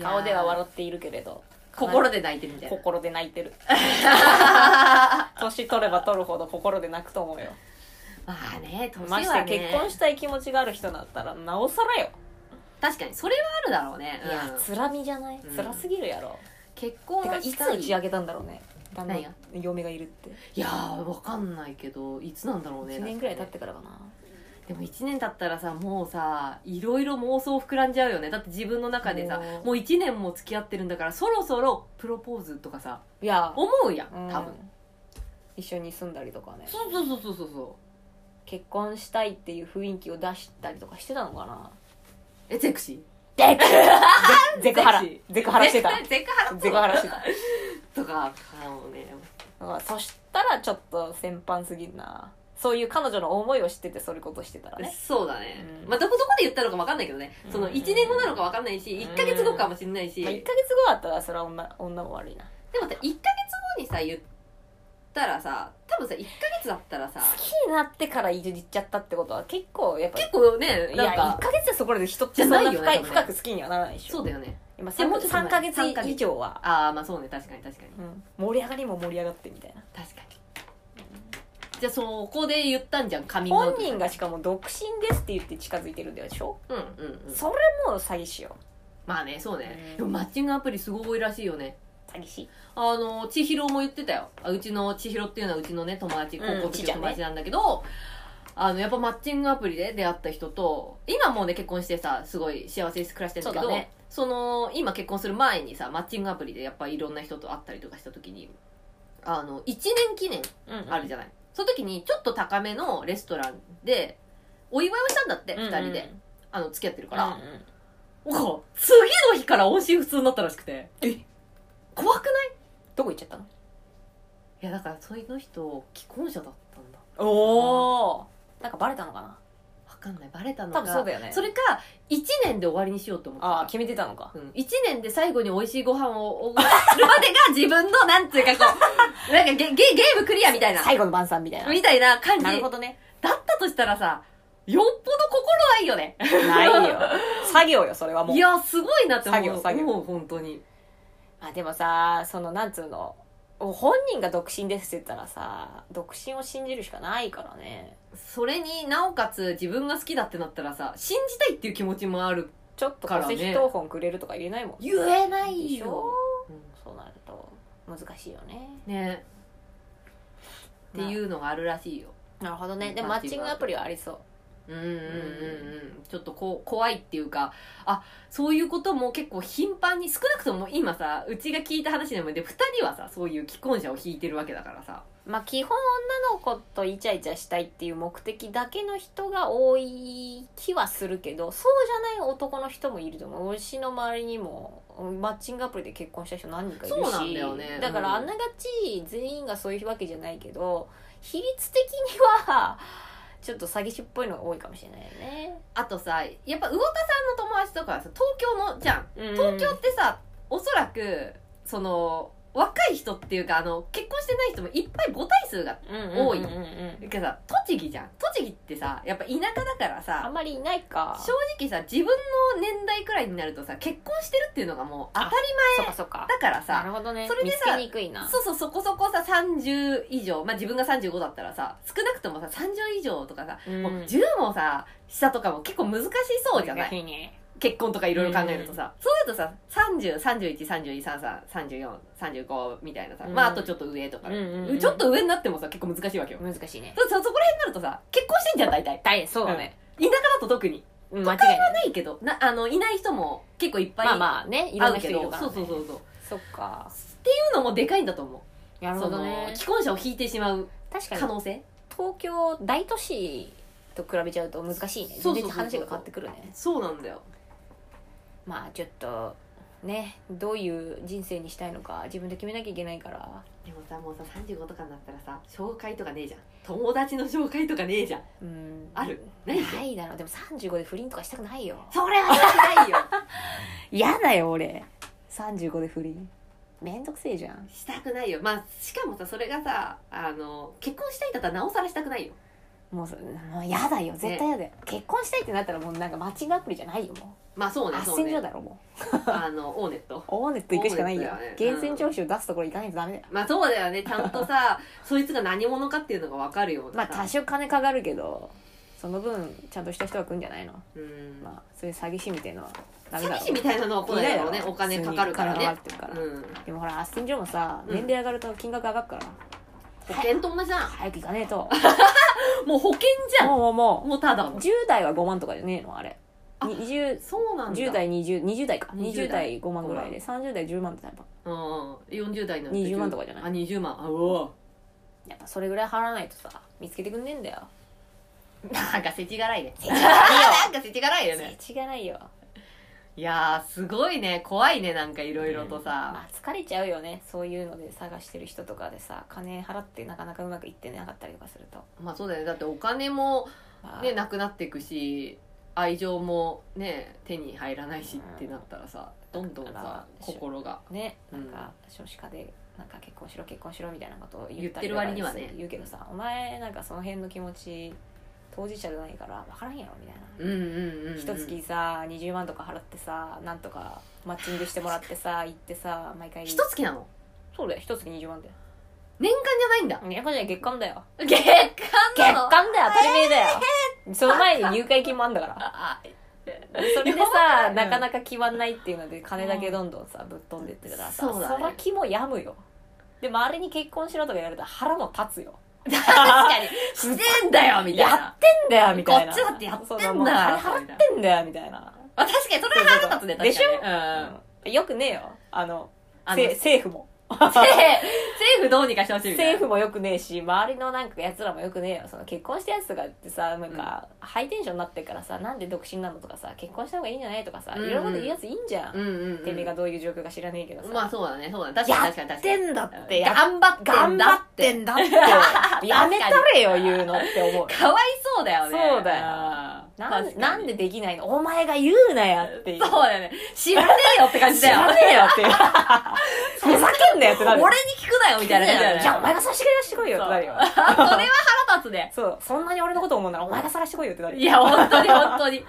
Speaker 1: 顔では笑っているけれど
Speaker 2: 心で泣いてるみたいな。
Speaker 1: 心で泣いてる 年取れば取るほど心で泣くと思うよ
Speaker 2: まあね、年
Speaker 1: まし
Speaker 2: は
Speaker 1: て
Speaker 2: ね。
Speaker 1: 結婚したい気持ちがある人だったらなおさらよ、
Speaker 2: 確かに、それはあるだろうね。
Speaker 1: いや
Speaker 2: うん
Speaker 1: 辛みじゃない
Speaker 2: うん
Speaker 1: 辛すぎるやろ、
Speaker 2: 結婚
Speaker 1: てか
Speaker 2: はい
Speaker 1: つ
Speaker 2: した
Speaker 1: 打
Speaker 2: い。
Speaker 1: ち
Speaker 2: い
Speaker 1: 上げたんだろうね旦那
Speaker 2: 何が
Speaker 1: 嫁がいるって
Speaker 2: やー、わかんないけど、いつなんだろうね。
Speaker 1: 1年ぐらい経っ
Speaker 2: だ
Speaker 1: てからかな
Speaker 2: てね。でも1年経ったらさ、もうさ、いろいろ妄想膨らんじゃうよね。だって自分の中でさ
Speaker 1: も、う
Speaker 2: もう1年も付き合ってるんだから、そろそろプロポーズとかさ、
Speaker 1: いや
Speaker 2: 思うやん、
Speaker 1: うん
Speaker 2: 多分。
Speaker 1: 一緒に住んだりとかね
Speaker 2: そうそうそうそうそうそう。
Speaker 1: 結婚したいっていう雰囲気を出したりとかしてたのかな
Speaker 2: え、ゼクシー
Speaker 1: ゼク ゼクハラ
Speaker 2: ゼクシー
Speaker 1: ゼクハラしてた
Speaker 2: ゼクハラ
Speaker 1: ゼクハラしてた
Speaker 2: とか、かもね。
Speaker 1: うんそしたらちょっと先般すぎるなそういう彼女の思いを知っててそういうことしてたらね
Speaker 2: そうだね、
Speaker 1: うん
Speaker 2: まあどこどこで言ったのか分かんないけどね、
Speaker 1: うん
Speaker 2: その1年後なのか分かんないし1か月後かもしんないし、
Speaker 1: まあ、
Speaker 2: で
Speaker 1: 1
Speaker 2: も
Speaker 1: ヶ月後だったらそれは女女も悪いな
Speaker 2: さ1か月後にさ言ったらさ多分さ1か月だったらさ
Speaker 1: 好きになってからいじっちゃったってことは結構やっぱ
Speaker 2: 結構ね
Speaker 1: いや
Speaker 2: なん
Speaker 1: 1
Speaker 2: か
Speaker 1: ヶ月でそこらで人っ
Speaker 2: じ
Speaker 1: て
Speaker 2: ゃ
Speaker 1: そんな
Speaker 2: ないよ
Speaker 1: 深
Speaker 2: ね
Speaker 1: い、
Speaker 2: 多分ね
Speaker 1: 深く好きにはならないでしょ
Speaker 2: そうだよね
Speaker 1: 今
Speaker 2: いやもっとそんな
Speaker 1: 3ヶ月
Speaker 2: 三ヶ月
Speaker 1: 以上は、
Speaker 2: ああまあそうね確かに確かに
Speaker 1: うん盛り上がりも盛り上がってみたいな
Speaker 2: 確かにじゃあそこで言ったんじゃんカミングアウ
Speaker 1: 本
Speaker 2: ト
Speaker 1: 人がしかも独身ですって言って近づいてるんだよでしょ、
Speaker 2: うんうんうん
Speaker 1: それも詐欺師よ
Speaker 2: まあねそうね、
Speaker 1: うん
Speaker 2: でもマッチングアプリすごい多いらしいよね
Speaker 1: 詐欺師
Speaker 2: あの、千尋も言ってたよ。あうちの千尋っていうのはうちのね、友達、
Speaker 1: うん
Speaker 2: 高校の
Speaker 1: ち
Speaker 2: 時
Speaker 1: ち
Speaker 2: の
Speaker 1: ゃんね
Speaker 2: 友達なんだけど、あの、やっぱマッチングアプリで出会った人と、今もうね、結婚してさ、すごい幸せに暮らしてるんだけ
Speaker 1: そ
Speaker 2: ど、そ,、
Speaker 1: うだね
Speaker 2: の、今結婚する前にさ、マッチングアプリでやっぱいろんな人と会ったりとかした時に、あの、1年記念あるじゃない。その時に、ちょっと高めのレストランで、お祝いをしたんだって、二、人で。あの、付き合ってる
Speaker 1: ほ
Speaker 2: から。おう次の日から音信不通になったらしくて。え怖くない
Speaker 1: どこ行っちゃったの
Speaker 2: いやだからそういうの人既婚者だったんだ
Speaker 1: おおなんかバレたのかな
Speaker 2: わかんないバレたのか
Speaker 1: 多分そうだよね
Speaker 2: それか1年で終わりにしようと思って
Speaker 1: ああ
Speaker 2: た
Speaker 1: 決めてたのか
Speaker 2: うん、1年で最後に美味しいご飯をおごるまでが 自分のなんていうかこう なんかゲゲゲームクリアみたいな
Speaker 1: 最後の晩餐みたいな
Speaker 2: みたいな感じ
Speaker 1: な
Speaker 2: だ
Speaker 1: るほ
Speaker 2: っ
Speaker 1: どね
Speaker 2: たとしたらさよっぽど心ないよね
Speaker 1: ないよ作業よそれはもう
Speaker 2: いやすごいなって思う
Speaker 1: 作業作業
Speaker 2: もう本当に
Speaker 1: まあでもさそのなんつうの本人が独身ですって言ったらさ独身を信じるしかないからね
Speaker 2: それになおかつ自分が好きだってなったらさ信じたいっていう気持ちもある
Speaker 1: ちょっと
Speaker 2: から
Speaker 1: 戸
Speaker 2: ね
Speaker 1: 籍謄本くれるとか言えないもん
Speaker 2: 言えな
Speaker 1: でしょ
Speaker 2: うん
Speaker 1: そうなると難しいよね
Speaker 2: ねっていうのがあるらしいよ、
Speaker 1: なるほどねでもマッチングアプリはありそう
Speaker 2: うんうんうんうんちょっとこう怖いっていうかあそういうことも結構頻繁に少なくとも今さうちが聞いた話でもで2人はさそういう既婚者を引いてるわけだからさ
Speaker 1: まあ基本女の子とイチャイチャしたいっていう目的だけの人が多い気はするけどそうじゃない男の人もいると思う私の周りにもマッチングアプリで結婚した人何人かいるし
Speaker 2: そうなんだよね
Speaker 1: だからあ
Speaker 2: うん
Speaker 1: ながち全員がそういうわけじゃないけど比率的にはちょっと詐欺師っぽいのが多いかもしれないよね
Speaker 2: あとさやっぱ魚田さんの友達とかはさ東京のじゃん東
Speaker 1: 東
Speaker 2: 京ってさ、おそらくその若い人っていうかあの結婚してない人もいっぱい母体数が多い
Speaker 1: うんうんうんうん
Speaker 2: けどさ栃木じゃん栃木ってさやっぱ田舎だから
Speaker 1: あん
Speaker 2: さ
Speaker 1: まりいないか
Speaker 2: 正直さ自分の年代くらいになるとさ結婚してるっていうのがもう当たり
Speaker 1: そっかそっか
Speaker 2: 前だから
Speaker 1: な
Speaker 2: さ
Speaker 1: るほどね
Speaker 2: それで
Speaker 1: 見
Speaker 2: さ
Speaker 1: つけにくいな
Speaker 2: そうそうそこそこさ30以上まあ自分が35だったらさ少なくともさ30以上とかさ、
Speaker 1: うん
Speaker 2: もう10もさ下とかも結構難しそうじゃない
Speaker 1: いいね
Speaker 2: 結婚とかいろいろ考えるとさ、そうだとさ303132333435みたいなさ、
Speaker 1: うん
Speaker 2: まああとちょっと上とか、
Speaker 1: うんうんうん
Speaker 2: ちょっと上になってもさ結構難しいわけよ、
Speaker 1: 難しいね
Speaker 2: そそそこら辺になるとさ結婚してんじゃん大体
Speaker 1: 大変そうだね
Speaker 2: 田舎だと特に
Speaker 1: うん間違いない
Speaker 2: ないけどなあのいない人も結構いっぱい
Speaker 1: まあまあねいろ
Speaker 2: 会
Speaker 1: んな
Speaker 2: うけ
Speaker 1: 人い
Speaker 2: ど
Speaker 1: るから、ね、
Speaker 2: そうそうそうそうっ
Speaker 1: そっか
Speaker 2: ていうのもでかいんだと思う
Speaker 1: なるほどね
Speaker 2: その既婚者を引いてしまう
Speaker 1: 確かに
Speaker 2: 可能性
Speaker 1: 東京大都市と比べちゃうと難しいね
Speaker 2: そう
Speaker 1: 全
Speaker 2: そう
Speaker 1: 然
Speaker 2: そうそう
Speaker 1: 話が変わってくるね
Speaker 2: そうなんだよ
Speaker 1: まあちょっとねどういう人生にしたいのか自分で決めなきゃいけないから
Speaker 2: でもさもうさ35とかになったらさ紹介とかねえじゃん友達の紹介とかねえじゃん
Speaker 1: うん
Speaker 2: ある
Speaker 1: な
Speaker 2: ない
Speaker 1: い
Speaker 2: よ
Speaker 1: だろうでも35で不倫とかしたくないよ
Speaker 2: それはしたくないよ
Speaker 1: 嫌だよ俺35で不倫めんどくせえじゃん
Speaker 2: したくないよまあしかもさそれがさあの結婚したいんだったらなおさらしたくないよ
Speaker 1: もうそもう嫌だよ絶対嫌だよ、結婚したいってなったらもうなんかマッチングアプリじゃないよも
Speaker 2: まあそう
Speaker 1: う
Speaker 2: ね
Speaker 1: 斡
Speaker 2: そう
Speaker 1: 旋所
Speaker 2: ね
Speaker 1: だろもう
Speaker 2: あのオーネット
Speaker 1: オーネット行くしかないよ
Speaker 2: オーネットだよね
Speaker 1: 源泉徴収出すところ行かないとダメだよ、
Speaker 2: まあそうだよねちゃんと さそいつが何者かっていうのが分かるよう
Speaker 1: ま
Speaker 2: な
Speaker 1: あ
Speaker 2: さ
Speaker 1: 多少金かかるけどその分ちゃんとした人が来るんじゃないの
Speaker 2: うん
Speaker 1: まあそういう詐欺師みたいのはダメだろ
Speaker 2: 詐欺師みたいなのは来ないだろうね
Speaker 1: いないだろ
Speaker 2: お金かかるから
Speaker 1: 普通に金かか
Speaker 2: ね
Speaker 1: ってるから、
Speaker 2: うん
Speaker 1: でもほらアステンジョもさ
Speaker 2: うん
Speaker 1: 年齢上がると金額上がるから、
Speaker 2: 保険と同じじゃん
Speaker 1: 早く行かねえと
Speaker 2: もう保険じゃ
Speaker 1: もうもう
Speaker 2: ん
Speaker 1: も
Speaker 2: もうただ
Speaker 1: う
Speaker 2: の
Speaker 1: 10代は5万とかじゃねえのあれ
Speaker 2: あ
Speaker 1: に20
Speaker 2: そうなんだ
Speaker 1: 10代2020代か
Speaker 2: 20
Speaker 1: 20代
Speaker 2: 代
Speaker 1: 5万ぐらいで30代10万ってやっぱ
Speaker 2: うんうん40代になる
Speaker 1: 20万とかじゃない
Speaker 2: あ20万あうお
Speaker 1: やっぱそれぐらい払わないとさ見つけてくんねえんだよ
Speaker 2: なんか世知辛いね
Speaker 1: 世知辛いよ
Speaker 2: なんか世知辛いよね
Speaker 1: 世知がないよ
Speaker 2: いやーすごいね怖いねなんかいろいろとさ、
Speaker 1: まあ、疲れちゃうよねそういうので探してる人とかでさ金払ってなかなかうまくいってなかったりとかすると、
Speaker 2: まあそうだよねだってお金も
Speaker 1: まあ
Speaker 2: ねなくなっていくし愛情もね手に入らないしってなったらさどんどん
Speaker 1: だか
Speaker 2: さ
Speaker 1: ら
Speaker 2: 心が
Speaker 1: ね
Speaker 2: う
Speaker 1: なんんか少子化でなんか結婚しろ結婚しろみたいなことを
Speaker 2: 言ってる
Speaker 1: たり
Speaker 2: 割に
Speaker 1: とか
Speaker 2: はね
Speaker 1: 言うけどさお前なんかその辺の気持ち当事者じゃないから分からんやろみたいな。
Speaker 2: うんうんうん、うん、
Speaker 1: 一月さ20万とか払ってさなんとかマッチングしてもらってさ行ってさ毎回
Speaker 2: 一月なの
Speaker 1: そうだよ一月20万だよ
Speaker 2: 年間じゃないんだ
Speaker 1: 年間じゃない月間だよ
Speaker 2: 月
Speaker 1: 月
Speaker 2: 間な
Speaker 1: 間
Speaker 2: の
Speaker 1: だよ当たり前だよ、その前に入会金もあんだから
Speaker 2: あ
Speaker 1: それで
Speaker 2: う
Speaker 1: さ
Speaker 2: ん
Speaker 1: なかなか決まんないっていうので金だけどんどんさぶっ飛んでってたからさ
Speaker 2: そうだね
Speaker 1: そら気も病むよで周りに結婚しろとか言われたら腹も立つよ
Speaker 2: 確かにしてんだよみたい
Speaker 1: や
Speaker 2: な
Speaker 1: ってんだよみたいな
Speaker 2: こっちだってやってんだ
Speaker 1: そ
Speaker 2: よ
Speaker 1: うもう金払ってんだよみたいな
Speaker 2: あ確かにそれは腹立つね確かに
Speaker 1: でしょ
Speaker 2: うん
Speaker 1: うんよくねえよあの
Speaker 2: あの
Speaker 1: せ政府も
Speaker 2: 政政府どうにかしてほしいみたいな
Speaker 1: 政府もよくねえし周りのなんかやつらもよくねえよその結婚したやつとかってさなんか、ハイテンションになってっからさなんで独身なのとかさ結婚した方がいいんじゃないとかさ、
Speaker 2: うんうん
Speaker 1: いろんなこと言うやついいんじゃん、
Speaker 2: うんうん、うん、
Speaker 1: てめえがどういう状況か知らねえけどさ、
Speaker 2: まあそうだねそうだね確かに確かに確かに
Speaker 1: んだ
Speaker 2: うん頑張ってん
Speaker 1: 頑
Speaker 2: だ
Speaker 1: 張
Speaker 2: っ
Speaker 1: っててんだって。やめたれよ、言うのって 思う。
Speaker 2: かわいそうだよね
Speaker 1: そうだよ
Speaker 2: よ
Speaker 1: なんなんでできないのお前が言うなやっていう。
Speaker 2: そうだよね。知らねえよって感じ
Speaker 1: 知
Speaker 2: だよ。
Speaker 1: らねえよって いう。ふざけんなよってな
Speaker 2: 俺
Speaker 1: る。
Speaker 2: に聞くなよみたいな感じだよね。
Speaker 1: じゃあお前が察して出してこいよってなるよ。
Speaker 2: あそれは腹立つね。
Speaker 1: そう。そんなに俺のこと思うならお前が探してこいよってなる
Speaker 2: いや、本当に本当に。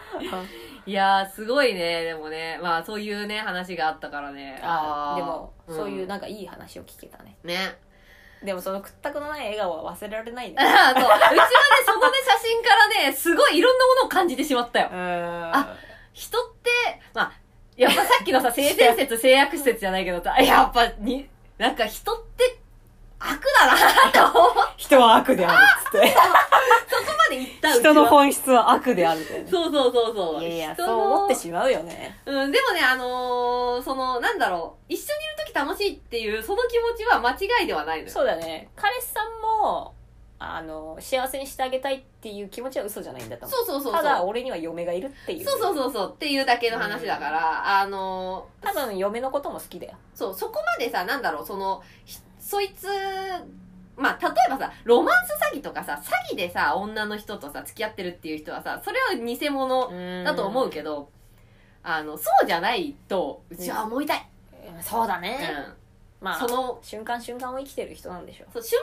Speaker 2: いやー、すごいね。でもね、まあそういうね、話があったからね。
Speaker 1: あーでも、そういう
Speaker 2: な。
Speaker 1: なんかいい話を聞けたね。
Speaker 2: ね。
Speaker 1: でもその屈託のない笑顔は忘れられないね。
Speaker 2: あ ーそう。うちはね、そのね、写真からね、すごいいろんなものを感じてしまったよ
Speaker 1: う。ん。あ、
Speaker 2: 人って、まあ、やっぱさっ きのさ、性善説、性悪説じゃないけどさ、やっぱに、なんか人って悪だなと思って
Speaker 1: 人は悪であるっつって。
Speaker 2: たうち
Speaker 3: 人の
Speaker 2: は。
Speaker 3: 本質は悪であるみたいな
Speaker 2: そうそうそうそう。
Speaker 1: いやいや
Speaker 2: 人
Speaker 1: そう
Speaker 2: の
Speaker 1: 思ってしまうよね
Speaker 2: うん、でもね、あのーその、なんだろう、一緒にいるとき楽しいっていう、その気持ちは間違いではないのよ。
Speaker 1: そうだね彼氏さんもあの幸せにしてあげたいっていう気持ちは嘘じゃないんだと思う
Speaker 2: そうそうそうそう。
Speaker 1: ただ俺には嫁がいるっていう
Speaker 2: そうそうそうそうっていうだけの話だから、あの
Speaker 1: 多分嫁のことも好きだよ
Speaker 2: ーそう、そこまでさ、なんだろう、その、ひそいつ、まあ、例えばさ、ロマンス詐欺とかさ、詐欺でさ、女の人とさ、付き合ってるっていう人はさ、それは偽物だと思うけど、あの、そうじゃないと、うちは思いたい。
Speaker 1: うんそうだね
Speaker 2: う、ん。
Speaker 1: まあ
Speaker 2: その、
Speaker 1: 瞬間瞬間を生きてる人なんでしょ
Speaker 2: そう瞬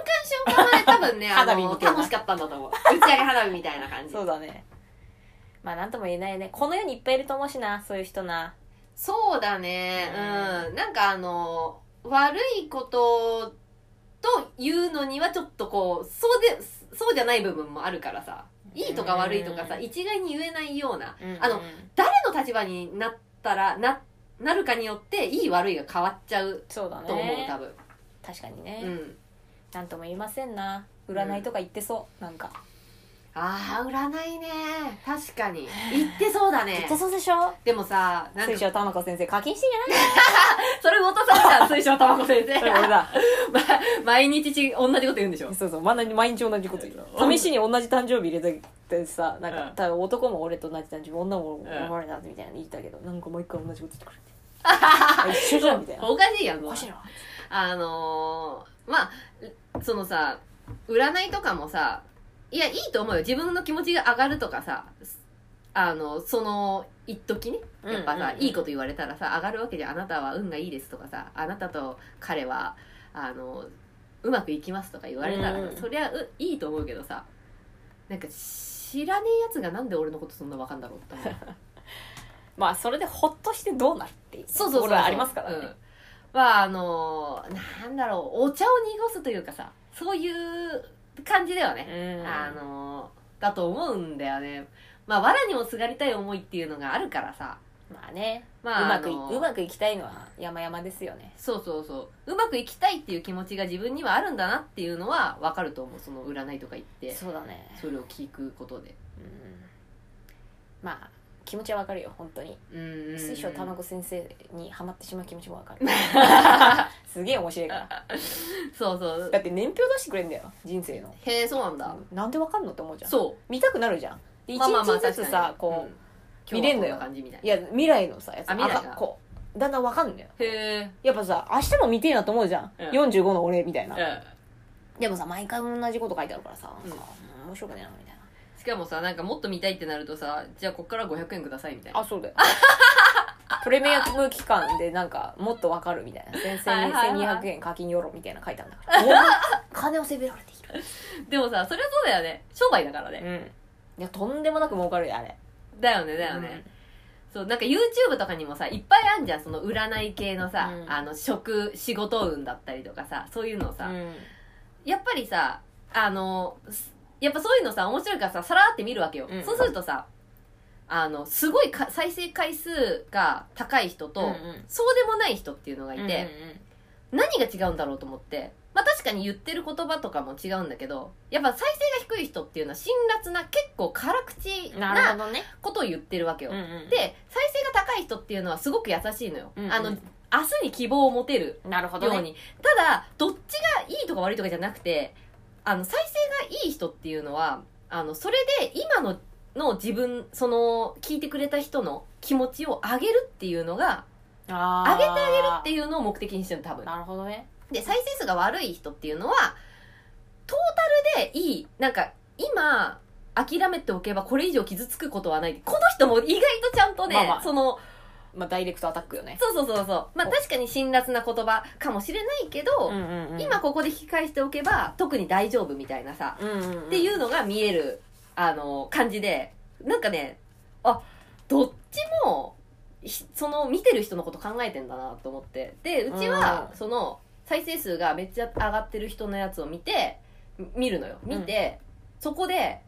Speaker 2: 間瞬間はね、多分ね、あ
Speaker 1: 花火
Speaker 2: の、
Speaker 1: みたいな
Speaker 2: 楽しかったんだと思う。打ち上げ花火みたいな感じ。
Speaker 1: そうだねまあなんとも言えないねこの世にいっぱいいると思うしなそういう人な
Speaker 2: そうだね、うん。なんかあの、悪いことと言うのにはちょっとこう、そうで、そうじゃない部分もあるからさ、いいとか悪いとかさ、
Speaker 1: うん
Speaker 2: 一概に言えないような、
Speaker 1: うん
Speaker 2: あの誰の立場になったら、な、なるかによって、いい悪いが変わっちゃう
Speaker 1: そうだ
Speaker 2: と思う、
Speaker 1: ね
Speaker 2: 多分。
Speaker 1: 確かにね、
Speaker 2: うん。
Speaker 1: なんとも言いませんな占いとか言ってそうなんか
Speaker 2: ああ、占いね。確かに。言ってそうだ
Speaker 1: 言
Speaker 2: ね
Speaker 1: って。そうでしょ
Speaker 2: でもさ、なんか
Speaker 1: 水晶玉子先生課金してんじ
Speaker 2: それ元さんじゃん、水晶玉子 先
Speaker 1: ゃないそれ俺
Speaker 2: 生。
Speaker 1: だ
Speaker 2: ま毎日ち同じこと言うんでしょ。
Speaker 1: そうそう、まだ毎日同じこと言う。試しに同じ誕生日入れてってさ、なんか、多分男も俺と同じ誕生日、女も俺だみたいなの言ったけど、なんかもう一回同じこと言ってくれて。あ 一緒じゃんみたいな。
Speaker 2: おかしいやん、
Speaker 1: お
Speaker 2: もう
Speaker 1: かしいな。
Speaker 2: あのー、まあ、そのさ、占いとかもさ、いや、いいと思うよ。自分の気持ちが上がるとかさ、あの、その、一時ね。やっぱ
Speaker 1: うんうん
Speaker 2: さ、
Speaker 1: うん
Speaker 2: いいこと言われたらさ、上がるわけじゃん。あなたは運がいいですとかさ、あなたと彼は、あの、うまくいきますとか言われたら
Speaker 1: うんうん
Speaker 2: さ、そりゃういいと思うけどさ、なんか、知らねえやつがなんで俺のことそんなわかんだろうって思う。
Speaker 1: まあ、それでほっとしてどうなるっていう。
Speaker 2: そうそうそう
Speaker 1: これはありますから
Speaker 2: うん
Speaker 1: ね。
Speaker 2: まああのなんだろうお茶を濁すというかさそういう感じだよね、
Speaker 1: うん
Speaker 2: あのだと思うんだよねまあ藁にもすがりたい思いっていうのがあるからさ
Speaker 1: まあね、う
Speaker 2: まあ
Speaker 1: まく
Speaker 2: あ
Speaker 1: い、
Speaker 2: の
Speaker 1: うまくいきたいのは山々ですよね。
Speaker 2: そうそうそううまくいきたいっていう気持ちが自分にはあるんだなっていうのは分かると思うその占いとか行って
Speaker 1: そうだね。
Speaker 2: それを聞くことで
Speaker 1: うんまあ、気持ちはわかるよ、本当に。
Speaker 2: うん
Speaker 1: 水晶
Speaker 2: 楽
Speaker 1: 卵先生にハマってしまう気持ちもわ かる。すげえ面白いから。
Speaker 2: そうそう
Speaker 1: だって年表出してくれんだよ人生の
Speaker 2: へえそうなんだ、
Speaker 1: なんでわかんのって思うじゃん
Speaker 2: そ
Speaker 1: 見たくなるじゃんで
Speaker 2: う
Speaker 1: 一
Speaker 2: まあまあまあ
Speaker 1: 日ずつ
Speaker 2: 確か
Speaker 1: さ
Speaker 2: に
Speaker 1: こ
Speaker 2: うん
Speaker 1: う見れんの
Speaker 2: 今
Speaker 1: よ
Speaker 2: 日はこな感じみたいない
Speaker 1: や未来のさやつ
Speaker 2: あ未来が
Speaker 1: 赤こうだんだんわかんのよ
Speaker 2: へ
Speaker 1: やっぱさ明日も見てえなと思うじゃん、
Speaker 2: うん
Speaker 1: 45の俺みたいな、
Speaker 2: え。
Speaker 1: でもさ毎回同じこと書いてあるからさ、
Speaker 2: うん
Speaker 1: さ面白くねえなみたい
Speaker 2: しかもさ、なんかもっと見たいってなるとさ、じゃあこっから500円くださいみたい
Speaker 1: な
Speaker 2: な。
Speaker 1: あそうだよプレミアム期間でなんかもっとわかるみたいな先生に
Speaker 2: はいはいはい
Speaker 1: 1200円課金よろみたいなの書いてあるんだからお前金をせびられている
Speaker 2: でもさ、それはそうだよね。商売だからね。
Speaker 1: うんいやとんでもなく儲かるよあれ
Speaker 2: だよね、だよね。そう、なんか YouTube とかにもさ、いっぱいあんじゃん。その占い系のさ、
Speaker 1: うん
Speaker 2: あの、職、仕事運だったりとかさ、そういうの
Speaker 1: う
Speaker 2: さ、
Speaker 1: ん
Speaker 2: やっぱりさ、あの、すやっぱそういうのさ、面白いからさ、さらって見るわけよ。
Speaker 1: うん
Speaker 2: そうするとさ、あの、すごいか再生回数が高い人と、
Speaker 1: うんうん
Speaker 2: そうでもない人っていうのがいて、
Speaker 1: うんうんうん
Speaker 2: 何が違うんだろうと思って、まあ確かに言ってる言葉とかも違うんだけど、やっぱ再生が低い人っていうのは辛辣な、結構辛口
Speaker 1: な
Speaker 2: な
Speaker 1: るほどね。
Speaker 2: ことを言ってるわけよ。
Speaker 1: で、
Speaker 2: で、再生が高い人っていうのはすごく優しいのよ。
Speaker 1: うんうん
Speaker 2: あの、明日に希望を持てる
Speaker 1: なるほ
Speaker 2: よ
Speaker 1: ど
Speaker 2: う
Speaker 1: ね。
Speaker 2: に。ただ、どっちがいいとか悪いとかじゃなくて、あの、再生がいい人っていうのは、あの、それで今の、の自分、その、聞いてくれた人の気持ちを上げるっていうのが、
Speaker 1: あげてあげる
Speaker 2: っていうのを目的にしてるの多分。
Speaker 1: なるほどね。
Speaker 2: で、再生数が悪い人っていうのは、トータルでいい、なんか、今、諦めておけばこれ以上傷つくことはない。この人も意外とちゃんとね、
Speaker 1: まあまあ
Speaker 2: その、
Speaker 1: まあ、ダイレクトアタックよね。
Speaker 2: そうそうそうそう。まあ
Speaker 1: お
Speaker 2: 確かに辛辣な言葉かもしれないけど、
Speaker 1: ん
Speaker 2: 今、ここで引き返しておけば特に大丈夫みたいなさ、
Speaker 1: うんうんうん、
Speaker 2: っていう
Speaker 1: う
Speaker 2: のが見える、あの、感じで、なんかね、あ、どっちも、ひその見てる人のこと考えてんだなと思って。で、うちは、
Speaker 1: う
Speaker 2: その、再生数がめっちゃ上がってる人のやつを見て、み見るのよ。見て、そこで、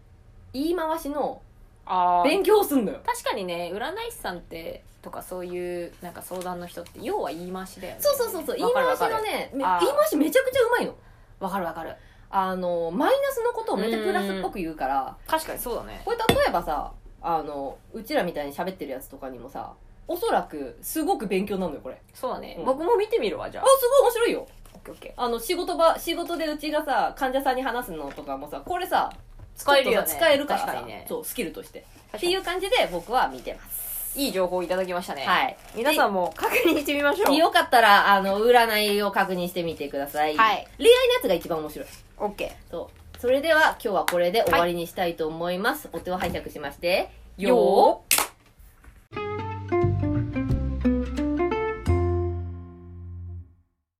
Speaker 2: 言い回しの
Speaker 1: あー
Speaker 2: 勉強をすんのよ。
Speaker 1: 確かにね、占い師さんって、とかそういう、なんか相談の人って、要は言い回しだよね。
Speaker 2: そうそうそうそう、言い
Speaker 1: わかる
Speaker 2: 回
Speaker 1: わか
Speaker 2: し
Speaker 1: る
Speaker 2: のね、め
Speaker 1: あー
Speaker 2: 言い回しめちゃくちゃうまいの。
Speaker 1: わかるわかる。
Speaker 2: あのマイナスのことをめっちゃプラスっぽく言うから、
Speaker 1: 確かにそうだね
Speaker 2: これ例えばさあのうちらみたいに喋ってるやつとかにもさおそらくすごく勉強なのよこれ
Speaker 1: そうだね、
Speaker 2: うん
Speaker 1: 僕も見てみるわじゃ
Speaker 2: あ
Speaker 1: あ
Speaker 2: すごい面白いよ
Speaker 1: オッケーオッケー
Speaker 2: あの仕事場仕事でうちがさ患者さんに話すのとかもさこれさ
Speaker 1: 使えるよね
Speaker 2: ちょっとさ使えるからさ
Speaker 1: 確かにね
Speaker 2: そうスキルとしてっ
Speaker 1: 確か
Speaker 2: て
Speaker 1: に
Speaker 2: いう感じで僕は見てます
Speaker 1: いい情報をいただきましたね、
Speaker 2: はい
Speaker 1: 皆さんも確認してみましょう
Speaker 2: でよかったらあの占いを確認してみてください、
Speaker 1: はい
Speaker 2: 恋愛のやつが一番面白い
Speaker 1: オッケー
Speaker 2: そうそれでは今日はこれで終わりにしたいと思います、お手を拝借しまして
Speaker 1: よー